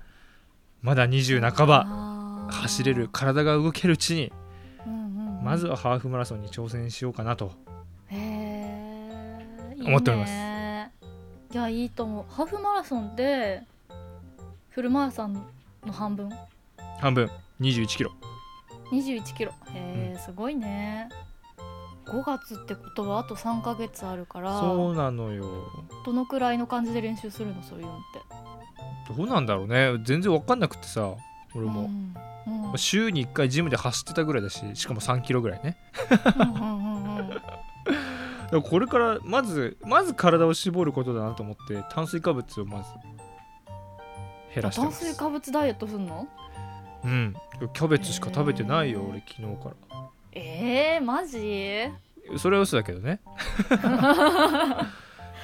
Speaker 2: まだ20半ば
Speaker 1: ば
Speaker 2: 走れる体が動けるうちにまず
Speaker 1: は
Speaker 2: はハーフマラソンに挑戦しようかなと
Speaker 1: へえ
Speaker 2: 思っております
Speaker 1: いやいいと思うハーフマラソンでフルマラソンの半分
Speaker 2: 半分21キロ
Speaker 1: 21キロへえ、すごいね5月ってことはあと3ヶ月あるから
Speaker 2: そうなのよ
Speaker 1: どのくらいの感じで練習するのそういうのって
Speaker 2: どうなんだろうね全然分かんなくてさ俺も、
Speaker 1: うんうん、
Speaker 2: 週に1回ジムで走ってたぐらいだししかも3キロぐらいね
Speaker 1: うんうんうんう ん
Speaker 2: だからこれからまずまず体を絞ることだなと思って炭水化物をまず減らしてま
Speaker 1: 炭
Speaker 2: す
Speaker 1: 水化物ダイエットすんの
Speaker 2: うんキャベツしか食べてないよ俺昨日か
Speaker 1: えー、マジ
Speaker 2: らそれは嘘だけど ね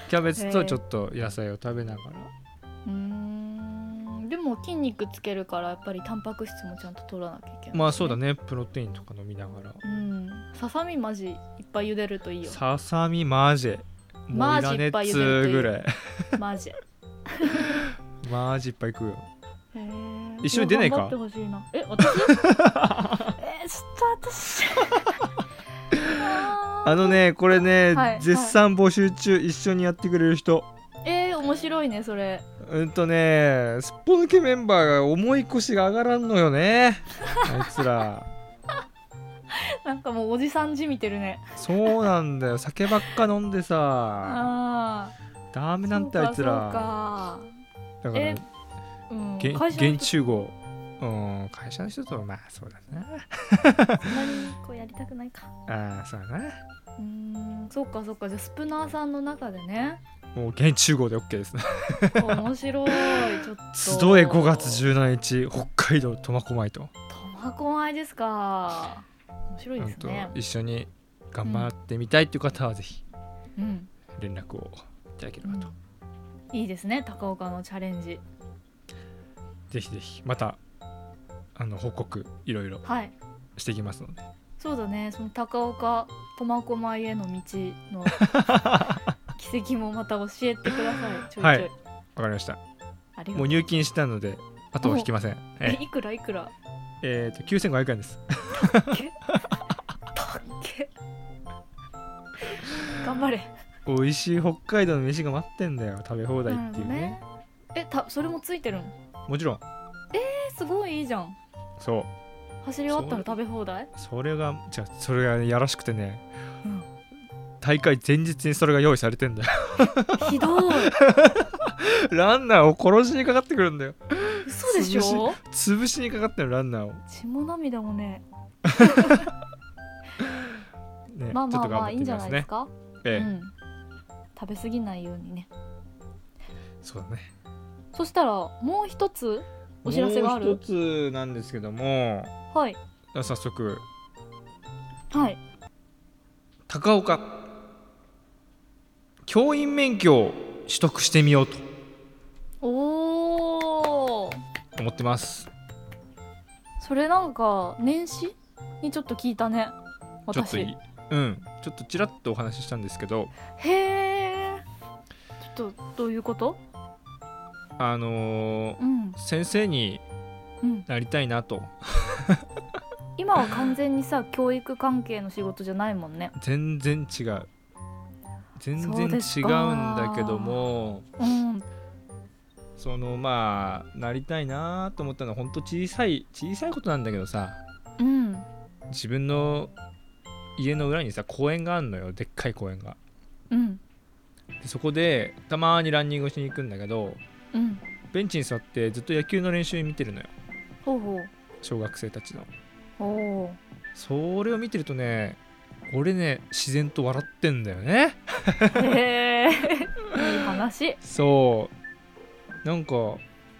Speaker 2: キャベツとちょっと野菜を食べながら
Speaker 1: うーんでも筋肉つけるからやっぱりタンパク質もちゃんと取らなきゃいけない、
Speaker 2: まあそうだねプロテインとか飲みながら
Speaker 1: うんささみマジいっぱい茹でるといいよ
Speaker 2: ささみマジェもういらねっつーぐらい
Speaker 1: マジへ
Speaker 2: マジいっぱい食うよ
Speaker 1: ー
Speaker 2: 一緒に出ないか
Speaker 1: 頑張ってほしいなえ私 えちょっと私あー
Speaker 2: あのねこれね、
Speaker 1: はい
Speaker 2: 絶賛募集中一緒にやってくれる人
Speaker 1: えー、面白いねそれ
Speaker 2: うんとねすっぽ抜けメンバーが重い腰が上がらんのよ ねあいつら
Speaker 1: なんかもうおじさんじみてるね
Speaker 2: そうなんだよ酒ばっか飲んでさ
Speaker 1: ああ
Speaker 2: ダメなんてあいつら
Speaker 1: ら
Speaker 2: だから、ね、
Speaker 1: そうか、うん、
Speaker 2: げん
Speaker 1: 会社の人
Speaker 2: 現地集合うん会社の人とまあそうだな
Speaker 1: そんなにこうやりたくないか
Speaker 2: あーそうだな
Speaker 1: うーんそうかそうかじゃあスプナーさんの中でね
Speaker 2: もう現地集合で OK ですね
Speaker 1: 面白いちょっと
Speaker 2: 集え5月17日北海道苫小牧と
Speaker 1: 苫小牧ですか面白い
Speaker 2: うん
Speaker 1: です
Speaker 2: と
Speaker 1: ね
Speaker 2: 一緒に頑張ってみたいっていう方はぜひ
Speaker 1: うん、
Speaker 2: 連絡をいただければと、
Speaker 1: いいですね高岡のチャレンジ
Speaker 2: ぜひぜひまたあの報告いろいろ
Speaker 1: はい
Speaker 2: していきますので
Speaker 1: そうだねその高岡苫小牧への道 の奇跡もまた教えてくださいちょいちょい、
Speaker 2: はいわかりました
Speaker 1: ありがと
Speaker 2: もう入金したのであとは引きません
Speaker 1: え
Speaker 2: え
Speaker 1: いくらいくら
Speaker 2: えーと9500円です
Speaker 1: たっけ頑張れ
Speaker 2: 美味しい北海道の飯が待ってんだよ食べ放題っていうね
Speaker 1: なるほどねえたそれもついてるの
Speaker 2: もちろん
Speaker 1: えすごいいいじゃん
Speaker 2: そう
Speaker 1: 走り終わったら食べ放題
Speaker 2: それがじゃあそれがねやらしくてね、大会前日にそれが用意されてんだよ
Speaker 1: ひどい
Speaker 2: ランナーを殺しにかかってくるんだよ
Speaker 1: 嘘でし
Speaker 2: 潰
Speaker 1: ょ
Speaker 2: 潰しにかかってるランナーを、
Speaker 1: 血も涙もね
Speaker 2: ね
Speaker 1: まあ
Speaker 2: ちょ
Speaker 1: ま
Speaker 2: っ
Speaker 1: あ
Speaker 2: と頑
Speaker 1: まあ
Speaker 2: 張
Speaker 1: い
Speaker 2: っ
Speaker 1: いん
Speaker 2: て
Speaker 1: じゃ
Speaker 2: み
Speaker 1: な
Speaker 2: ます
Speaker 1: いで
Speaker 2: ね
Speaker 1: すか、
Speaker 2: ええ
Speaker 1: うん、食べ過ぎないようにね
Speaker 2: そうだね
Speaker 1: そしたらもう一つお知らせがあ
Speaker 2: もう
Speaker 1: る
Speaker 2: 一つなんですけども
Speaker 1: はい
Speaker 2: 早速
Speaker 1: はい
Speaker 2: 高岡教員免許を取得してみようと
Speaker 1: おお
Speaker 2: 思ってます
Speaker 1: それなんか年始にちょっと聞いたね
Speaker 2: ちょっと
Speaker 1: 私
Speaker 2: いいうんちょっとちらっとお話ししたんですけど
Speaker 1: へえちょっとどういうこと
Speaker 2: あのー
Speaker 1: うん
Speaker 2: 先生に
Speaker 1: うん
Speaker 2: なりたいなと
Speaker 1: 今は完全にさ教育関係の仕事じゃないもんね
Speaker 2: 全然違う全
Speaker 1: そう
Speaker 2: 然違うん
Speaker 1: ですか
Speaker 2: だけども
Speaker 1: うん
Speaker 2: そのまあなりたいなと思ったのはほんと小さい小さいことなんだけどさ
Speaker 1: うん
Speaker 2: 自分の家の裏にさ公園があるのよでっかい公園が
Speaker 1: うん
Speaker 2: でそこでたまにランニングをしに行くんだけど
Speaker 1: うん
Speaker 2: ベンチに座ってずっと野球の練習見てるのよ
Speaker 1: ほうほう
Speaker 2: 小学生たちの
Speaker 1: おお
Speaker 2: それを見てるとね俺ね自然と笑ってんだよね
Speaker 1: へえいい話
Speaker 2: そうなんか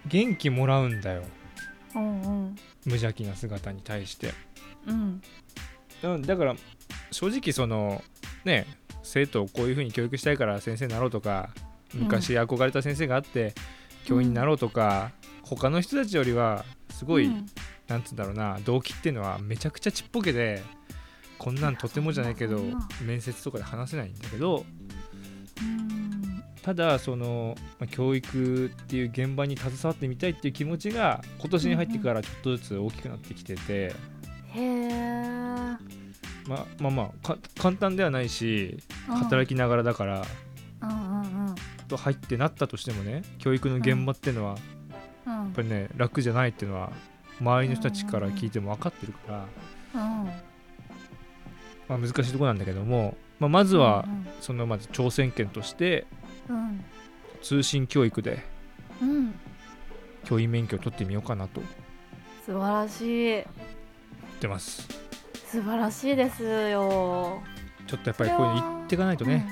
Speaker 2: 元気もらうんだよ
Speaker 1: うんうん
Speaker 2: 無邪気な姿に対して
Speaker 1: うん
Speaker 2: うんだから正直そのね生徒をこういう風に教育したいから先生になろうとか
Speaker 1: うん
Speaker 2: 昔憧れた先生があって教員になろうとか、他の人たちよりはすごい、
Speaker 1: うん
Speaker 2: なんつうんだろうな動機っていうのはめちゃくちゃちっぽけでこんなんとてもじゃないけど
Speaker 1: いやそんな
Speaker 2: 面接とかで話せないんだけど
Speaker 1: うん
Speaker 2: ただそのまあ教育っていう現場に携わってみたいっていう気持ちが今年に入ってからちょっとずつ大きくなってきてて、
Speaker 1: へえ
Speaker 2: まあまあまあか簡単ではないし働
Speaker 1: き
Speaker 2: きながらだから
Speaker 1: うんうんうん
Speaker 2: と入ってなったとしてもね教育の現場っていうのはや
Speaker 1: うん
Speaker 2: っぱりね楽じゃないっていうのは周りの人たちから聞いても分かってるから、
Speaker 1: うん
Speaker 2: まあ、難しいとこなんだけども、まあ、まずは
Speaker 1: うん
Speaker 2: そのまず挑戦権として
Speaker 1: うん
Speaker 2: 通信教育で
Speaker 1: うん
Speaker 2: 教員免許を取ってみようかなと思
Speaker 1: 素晴らしい
Speaker 2: ってます
Speaker 1: 素晴らしいですよ
Speaker 2: ちょっとやっぱりこういうの言っていかないとね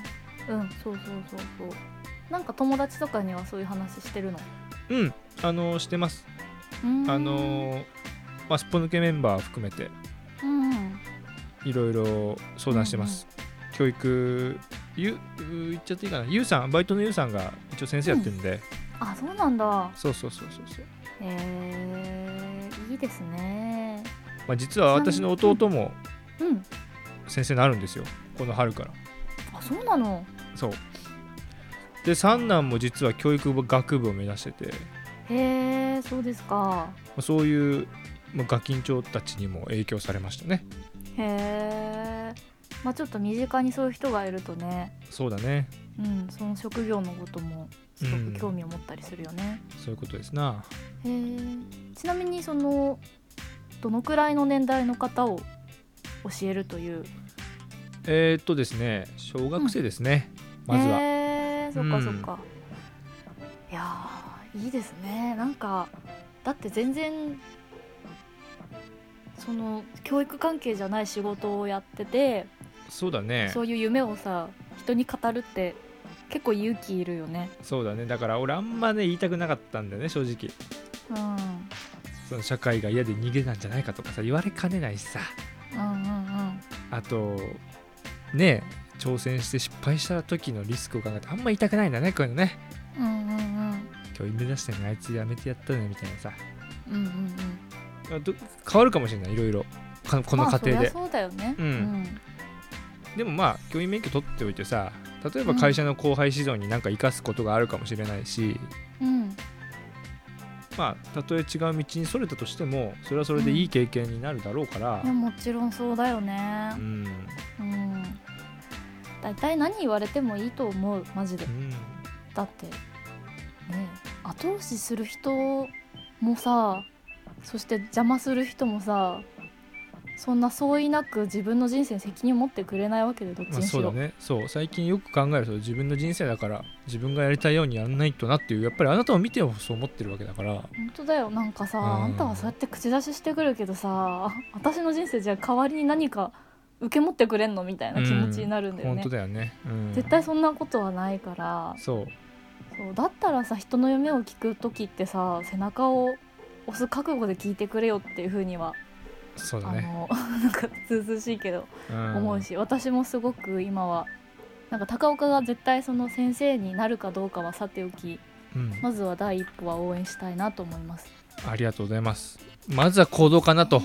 Speaker 1: うん、うんそうそうそうそうなんか友達とかにはそういう話してるの
Speaker 2: うん、あのしてます
Speaker 1: うーん
Speaker 2: あのーまあすっぽ抜けメンバー含めて
Speaker 1: うん
Speaker 2: いろいろ相談してます、教育ゆう言っちゃっていいかなゆうさんバイトのゆうさんが一応先生やってるんで、
Speaker 1: あそうなんだ
Speaker 2: そうそうそうそうそう
Speaker 1: へえいいですね
Speaker 2: まあ、実は私の弟も
Speaker 1: うん
Speaker 2: 先生になるんですよこの春から
Speaker 1: あそうなの
Speaker 2: そうで三男も実は教育部学部を目指してて、ま
Speaker 1: へえそうですか
Speaker 2: あそういう、まあ、ガキンチョたちにも影響されましたね
Speaker 1: へえまあちょっと身近にそういう人がいるとね
Speaker 2: そうだね
Speaker 1: うんその職業のこともすごく興味を持ったりするよね、
Speaker 2: そういうことですな
Speaker 1: へえちなみにそのどのくらいの年代の方を教えるという
Speaker 2: えー、っとですね小学生ですね、まずは、
Speaker 1: へえそっか
Speaker 2: うん
Speaker 1: そっか、いやーいいですねなんかだって全然その教育関係じゃない仕事をやってて、
Speaker 2: そうだね
Speaker 1: そういう夢をさ人に語るって結構勇気いるよね
Speaker 2: そうだねだから俺あんまね言いたくなかったんだよね正直
Speaker 1: うん
Speaker 2: その社会が嫌で逃げなんじゃないかとかさ言われかねないしさ
Speaker 1: うんうん
Speaker 2: あとね挑戦して失敗した時のリスクを考えてあんま言いたくないんだねこういうのね
Speaker 1: うんうんうんうん
Speaker 2: 今日目指してんのあいつやめてやったねみたいなさ
Speaker 1: うんうん
Speaker 2: あど変わるかもしれないいろいろかこ
Speaker 1: うん
Speaker 2: の
Speaker 1: まあ
Speaker 2: 過程で、
Speaker 1: そりゃそうだよね
Speaker 2: うんでもまあ教員免許取っておいてさ例えば会社の後輩指導に何か生かすことがあるかもしれないし、
Speaker 1: うん、うん
Speaker 2: まあたとえ違う道にそれたとしてもそれはそれでいい経験になるだろうから
Speaker 1: いやもちろんそうだよね
Speaker 2: うん、うん
Speaker 1: うん大体何言われてもいいと思うマジでだってねえ後押しする人もさそして邪魔する人もさそんな相違なく自分の人生に責任を持ってくれないわけでどっち
Speaker 2: まあ、
Speaker 1: にし
Speaker 2: そう
Speaker 1: ろ、
Speaker 2: だねそう最近よく考えると自分の人生だから自分がやりたいようにやらないとなっていうやっぱりあなたを見てそう思ってるわけだから
Speaker 1: 本当だよなんかさ、
Speaker 2: うん
Speaker 1: あんたはそうやって口出ししてくるけどさ私の人生じゃあ代わりに何か受け持ってくれんのみたいな気持ちになるんだよ
Speaker 2: 本
Speaker 1: ね、
Speaker 2: 当だよね、うん、
Speaker 1: 絶対そんなことはないから
Speaker 2: そう
Speaker 1: そうだったらさ人の夢を聞く時ってさ背中を押す覚悟で聞いてくれよっていうふうには、
Speaker 2: そうだ
Speaker 1: あ
Speaker 2: ね、
Speaker 1: の なんかずうずうしいけど
Speaker 2: うん、
Speaker 1: 思うし、私もすごく今はなんか高岡が絶対その先生になるかどうかはさておき
Speaker 2: うん、
Speaker 1: まずは第一歩は応援したいなと思います。
Speaker 2: ありがとうございますまずは行動かなと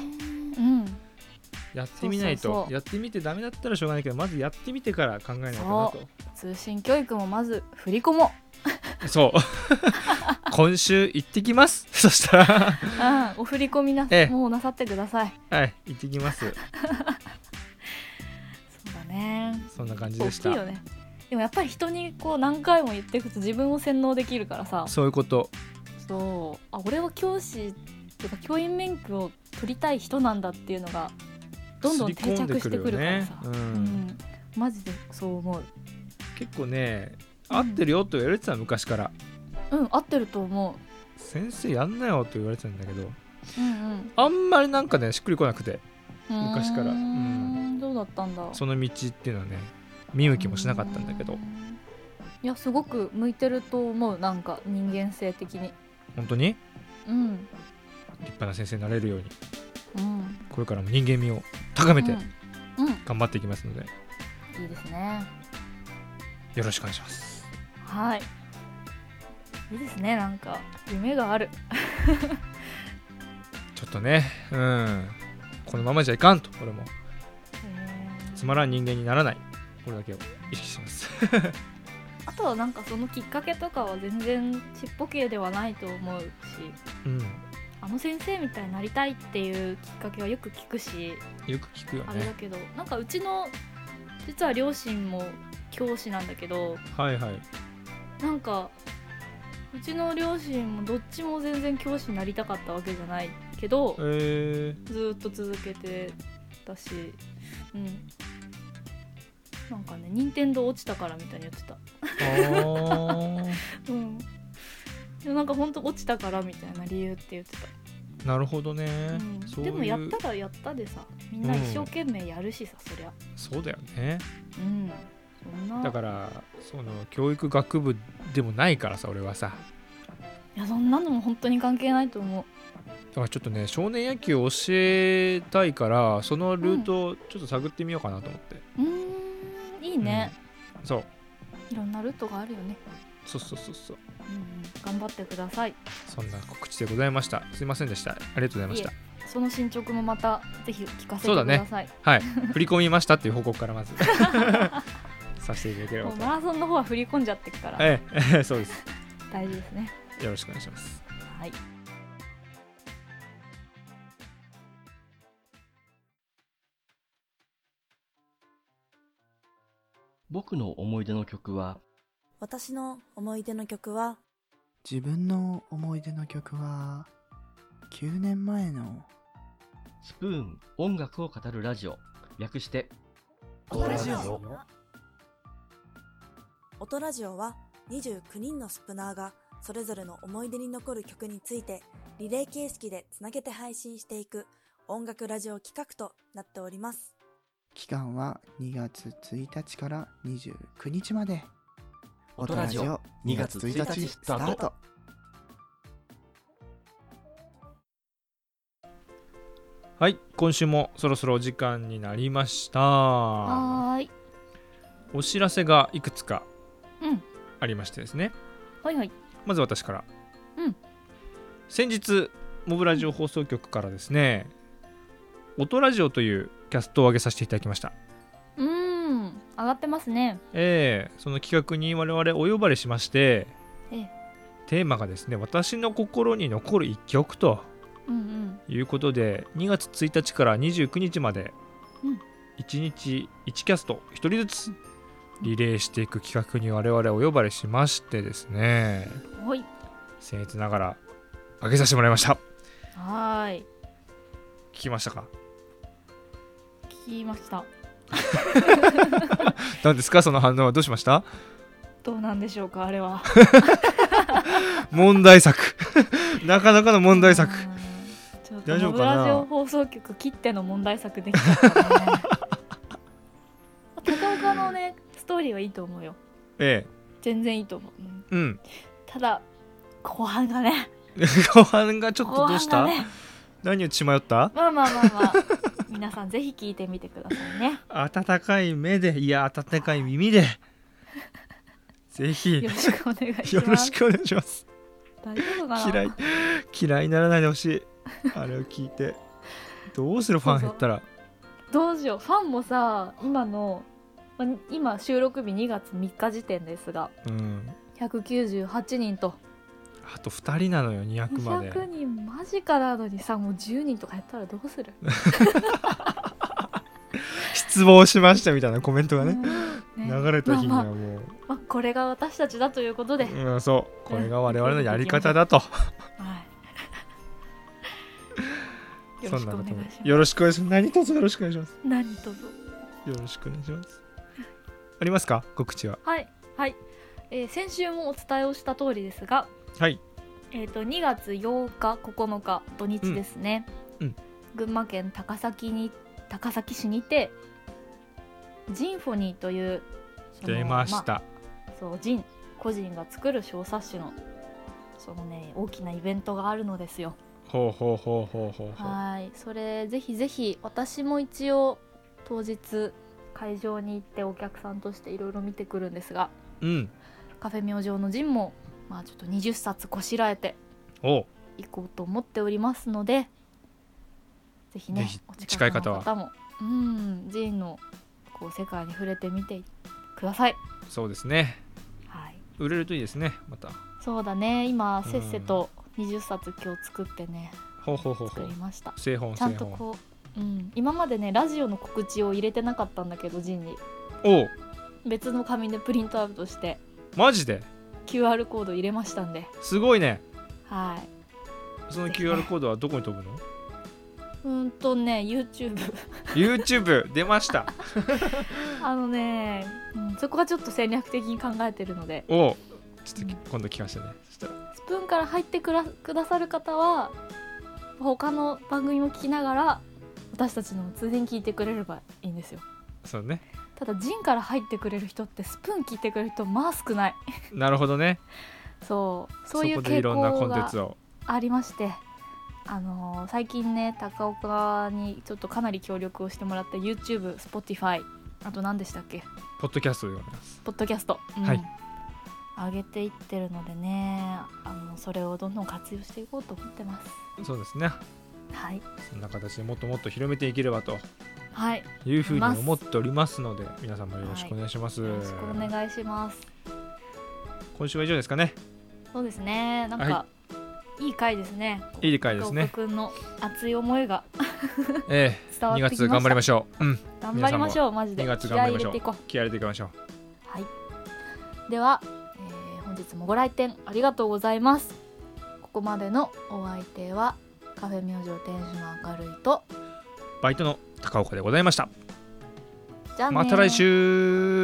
Speaker 1: うん、
Speaker 2: やってみないと
Speaker 1: そうそうそう
Speaker 2: やってみてダメだったらしょうがないけどまずやってみてから考えないとな
Speaker 1: 通信教育もまず振り込もう、
Speaker 2: とそう 今週行ってきますそしたら
Speaker 1: うん、お振り込みな、
Speaker 2: ええ
Speaker 1: もうなさってください
Speaker 2: はい行ってきます
Speaker 1: そうだね
Speaker 2: そんな感じでし
Speaker 1: 大きいよ
Speaker 2: た
Speaker 1: ねでもやっぱり人にこう何回も言っていくと自分を洗脳できるからさ
Speaker 2: そういうこと
Speaker 1: そうあ俺は教師とか教員免許を取りたい人なんだっていうのがどんどん定着してくるからさ、
Speaker 2: 刷り込んでくるよねうん
Speaker 1: うんマジでそう思う
Speaker 2: 結構ね合ってるよと言われてた昔から
Speaker 1: うん合ってると思
Speaker 2: 先生やんなよと言われてたんだけど
Speaker 1: う、うん
Speaker 2: あんまりなんかねしっくりこなくて
Speaker 1: うん、
Speaker 2: 昔から
Speaker 1: うー
Speaker 2: うん
Speaker 1: どうだったんだ
Speaker 2: その道っていうのはね見向きもしなかったんだけ
Speaker 1: う
Speaker 2: ど
Speaker 1: んいやすごく向いてると思うなんか人間性的に
Speaker 2: 本当に
Speaker 1: うん
Speaker 2: 立派な先生になれるように
Speaker 1: うん
Speaker 2: これからも人間味を高めて
Speaker 1: うん、うん
Speaker 2: 頑張っていきますので、
Speaker 1: いいですね
Speaker 2: よろしくお願いします
Speaker 1: はい。いいですね、なんか夢がある。
Speaker 2: ちょっとねうんこのままじゃいかんと俺もつまらん人間にならないこれだけを意識します
Speaker 1: あとはなんかそのきっかけとかは全然ちっぽけではないと思うし、
Speaker 2: うん
Speaker 1: あの先生みたいになりたいっていうきっかけはよく聞くし、
Speaker 2: よく聞くよ
Speaker 1: あれだ
Speaker 2: ね
Speaker 1: けど、なんかうちの実は両親も教師なんだけど、
Speaker 2: はいはい
Speaker 1: なんかうちの両親もどっちも全然教師になりたかったわけじゃないけど、
Speaker 2: え
Speaker 1: ずーっと続けてたしうんなんかね任天堂落ちたからみたいに言ってた
Speaker 2: ー、あ
Speaker 1: う
Speaker 2: ー
Speaker 1: んでもなんかほんと落ちたからみたいな理由って言ってた、
Speaker 2: なるほどね、
Speaker 1: うん
Speaker 2: そうい
Speaker 1: で
Speaker 2: う
Speaker 1: もやったらやったでさみんな一生懸命やるしさ、そりゃ
Speaker 2: そうだよね
Speaker 1: うんそんな
Speaker 2: だからその教育学部でもないからさ俺はさ
Speaker 1: いやそんなのも本当に関係ないと思う
Speaker 2: だからちょっとね少年野球を教えたいからそのルートをちょっと探ってみようかなと思って、
Speaker 1: うーんいいね、
Speaker 2: そう
Speaker 1: いろんなルートがあるよね、
Speaker 2: そうそうそうそう
Speaker 1: うんうん、頑張ってください
Speaker 2: そんな告知でございましたすいませんでしたありがとうございました
Speaker 1: いその進捗もまたぜひ聞かせ
Speaker 2: そ
Speaker 1: て
Speaker 2: うだ
Speaker 1: く
Speaker 2: ね
Speaker 1: ださい、
Speaker 2: はい振り込みましたっていう報告からまず させていただければ
Speaker 1: もう
Speaker 2: と
Speaker 1: マラソンの方は振り込んじゃってっから
Speaker 2: ええ そうです
Speaker 1: 大事ですね
Speaker 2: よろしくお願いします
Speaker 1: はい
Speaker 3: 僕の思い出の曲は
Speaker 4: 私の思い出の曲は
Speaker 5: 自分の思い出の曲は9年前の
Speaker 3: スプーン音楽を語るラジオ略して
Speaker 4: 音ラジオ音ラジオは29人のスプナーがそれぞれの思い出に残る曲についてリレー形式でつなげて配信していく音楽ラジオ企画となっております
Speaker 5: 期間は2月1日から29日まで
Speaker 3: 音ラジオ
Speaker 5: 音
Speaker 3: 2月1日スタート
Speaker 2: はい今週もそろそろお時間になりました
Speaker 1: はーい。
Speaker 2: お知らせがいくつか
Speaker 1: うん。
Speaker 2: ありましてですね
Speaker 1: はいはい。
Speaker 2: まず私から、
Speaker 1: うん
Speaker 2: 先日モブラジオ放送局からですね「音ラジオ」というキャストを上げさせていただきました
Speaker 1: うーん。上がってますね。
Speaker 2: ええその企画に我々お呼ばれしまして、
Speaker 1: ええ
Speaker 2: テーマがですね「私の心に残る一曲」と
Speaker 1: うん
Speaker 2: いうことで2月1日から29日まで
Speaker 1: うん
Speaker 2: 1日1キャスト1人ずつリレーしていく企画に我々お呼ばれしましてですね
Speaker 1: うん。はい。
Speaker 2: 僭越ながら上げさせてもらいました
Speaker 1: はーい。
Speaker 2: 聞きましたか
Speaker 1: きました
Speaker 2: 何ですかその反応はどうしました
Speaker 1: どうなんでしょうかあれは
Speaker 2: 問題作 なかなかの問題作
Speaker 1: うんちょっと
Speaker 2: 大丈
Speaker 1: モ
Speaker 2: 夫
Speaker 1: ブ
Speaker 2: かな
Speaker 1: ラジオ放送局切っての問題作できちゃったね 高岡のねストーリーはいいと思うよ
Speaker 2: え
Speaker 1: 全然いいと思う、うん
Speaker 2: えうん
Speaker 1: ただ後半がね
Speaker 2: 後半がちょっと
Speaker 1: 後
Speaker 2: どう
Speaker 1: 半
Speaker 2: した、
Speaker 1: がね
Speaker 2: 何を血迷った
Speaker 1: まあまあまあまあ 皆さんぜひ聞いてみてくださいね
Speaker 2: 温かい目でいや温かい耳でぜひ
Speaker 1: よろしくお願いし
Speaker 2: よろ
Speaker 1: ま
Speaker 2: し
Speaker 1: す
Speaker 2: くお願いします
Speaker 1: 大丈夫かな
Speaker 2: 嫌い嫌いにならないでほしいあれを聞いてどうするファン減ったら
Speaker 1: どうしようファンもさ今のまあ今収録日2月3日時点ですが
Speaker 2: うん
Speaker 1: 198人と
Speaker 2: あと2人なのよ200まで
Speaker 1: 200人間近なのにさもう10人とかやったらどうする
Speaker 2: 失望しましたみたいなコメントがね
Speaker 1: うんね
Speaker 2: 流れた日に
Speaker 1: まあ
Speaker 2: は
Speaker 1: まあ
Speaker 2: も
Speaker 1: まあこれが私たちだということで、
Speaker 2: う、うん、そうこれが我々のやり方だと
Speaker 1: はい よ
Speaker 2: そ
Speaker 1: ろ
Speaker 2: ん
Speaker 1: しく
Speaker 2: な
Speaker 1: お
Speaker 2: こ
Speaker 1: 願
Speaker 2: とも
Speaker 1: いしま
Speaker 2: よろしくお願いします何卒よろしくお願いします
Speaker 1: す何とぞ
Speaker 2: よろしくお願いしますありますか告知は
Speaker 1: はいはい、えー先週もお伝えをした通りですが
Speaker 2: はい
Speaker 1: えー、と2月8日9日土日ですね、
Speaker 2: うんうん
Speaker 1: 群馬県高崎に高崎市にてジンフォニーというその
Speaker 2: 出まし
Speaker 1: あ
Speaker 2: た、
Speaker 1: そうジン個人が作る小冊子のそのね大きなイベントがあるのですよ
Speaker 2: ほうほうほうほうほうほう
Speaker 1: はいそれぜひぜひ私も一応当日会場に行ってお客さんとしていろいろ見てくるんですが
Speaker 2: うん
Speaker 1: カフェ明星のジンもまあちょっと20冊こしらえて
Speaker 2: おう
Speaker 1: 行こうと思っておりますのでぜひね
Speaker 2: ぜひ
Speaker 1: お
Speaker 2: 近い方は
Speaker 1: の方もうんジーンのこう世界に触れてみてください、
Speaker 2: そうですね
Speaker 1: はい、
Speaker 2: 売れるといいですねまた
Speaker 1: そうだね今せっせと20冊今日作ってね、
Speaker 2: ほうほうほうほ
Speaker 1: 作
Speaker 2: う
Speaker 1: りました
Speaker 2: 製本
Speaker 1: ちゃ
Speaker 2: 製
Speaker 1: んと
Speaker 2: 本
Speaker 1: こう、うん、今までねラジオの告知を入れてなかったんだけどジンに
Speaker 2: おう
Speaker 1: 別の紙でプリントアウトして
Speaker 2: マジで
Speaker 1: QR コード入れましたんです
Speaker 2: ごいね
Speaker 1: はい
Speaker 2: その QR コードはどこに飛ぶの
Speaker 1: うんとね YouTube
Speaker 2: YouTube 出ました
Speaker 1: あのね、うん、そこはちょっと戦略的に考えてるので
Speaker 2: おうちょっと今度聞かせてねそしたら
Speaker 1: スプーンから入ってくらくださる方は他の番組も聞きながら私たちのも通然聞いてくれればいいんですよ
Speaker 2: そうね
Speaker 1: ただジンから入ってくれる人ってスプーン聞いてくれる人まあ少ない
Speaker 2: なるほどね
Speaker 1: そう
Speaker 2: そ
Speaker 1: そういう
Speaker 2: こで
Speaker 1: 傾
Speaker 2: いろんなコ
Speaker 1: 向
Speaker 2: ンテンツ
Speaker 1: が
Speaker 2: を
Speaker 1: ありましてあのー最近ね高岡にちょっとかなり協力をしてもらって YouTube、Spotify あと何でしたっけ
Speaker 2: ポッドキャストでございます
Speaker 1: ポッドキャスト、うん
Speaker 2: はい
Speaker 1: 上げていってるのでねあのそれをどんどん活用していこうと思ってます
Speaker 2: そうですね
Speaker 1: はい
Speaker 2: そんな形でもっともっと広めていければと
Speaker 1: はい
Speaker 2: いうふうに思っておりますので皆さんもよろしくお願いします、
Speaker 1: よろしくお願いします。
Speaker 2: 今週は以上ですかね
Speaker 1: そうですね、なんか、、
Speaker 2: はい
Speaker 1: い回ですね。
Speaker 2: いい回ですね
Speaker 1: 高岡くんの熱い思いが
Speaker 2: え
Speaker 1: 伝
Speaker 2: え
Speaker 1: わってきました。
Speaker 2: 2月頑張りましょううん
Speaker 1: 頑張りましょう、マジで。
Speaker 2: 2月頑張りましょう
Speaker 1: 気合い入れていこ
Speaker 2: 気合い入れていきましょう
Speaker 1: う。はい。では、えー本日もご来店ありがとうございます。ここまでのお相手はカフェ明星店主の明るいと。
Speaker 2: バイトの高岡でございました
Speaker 1: じゃあねー
Speaker 2: また来週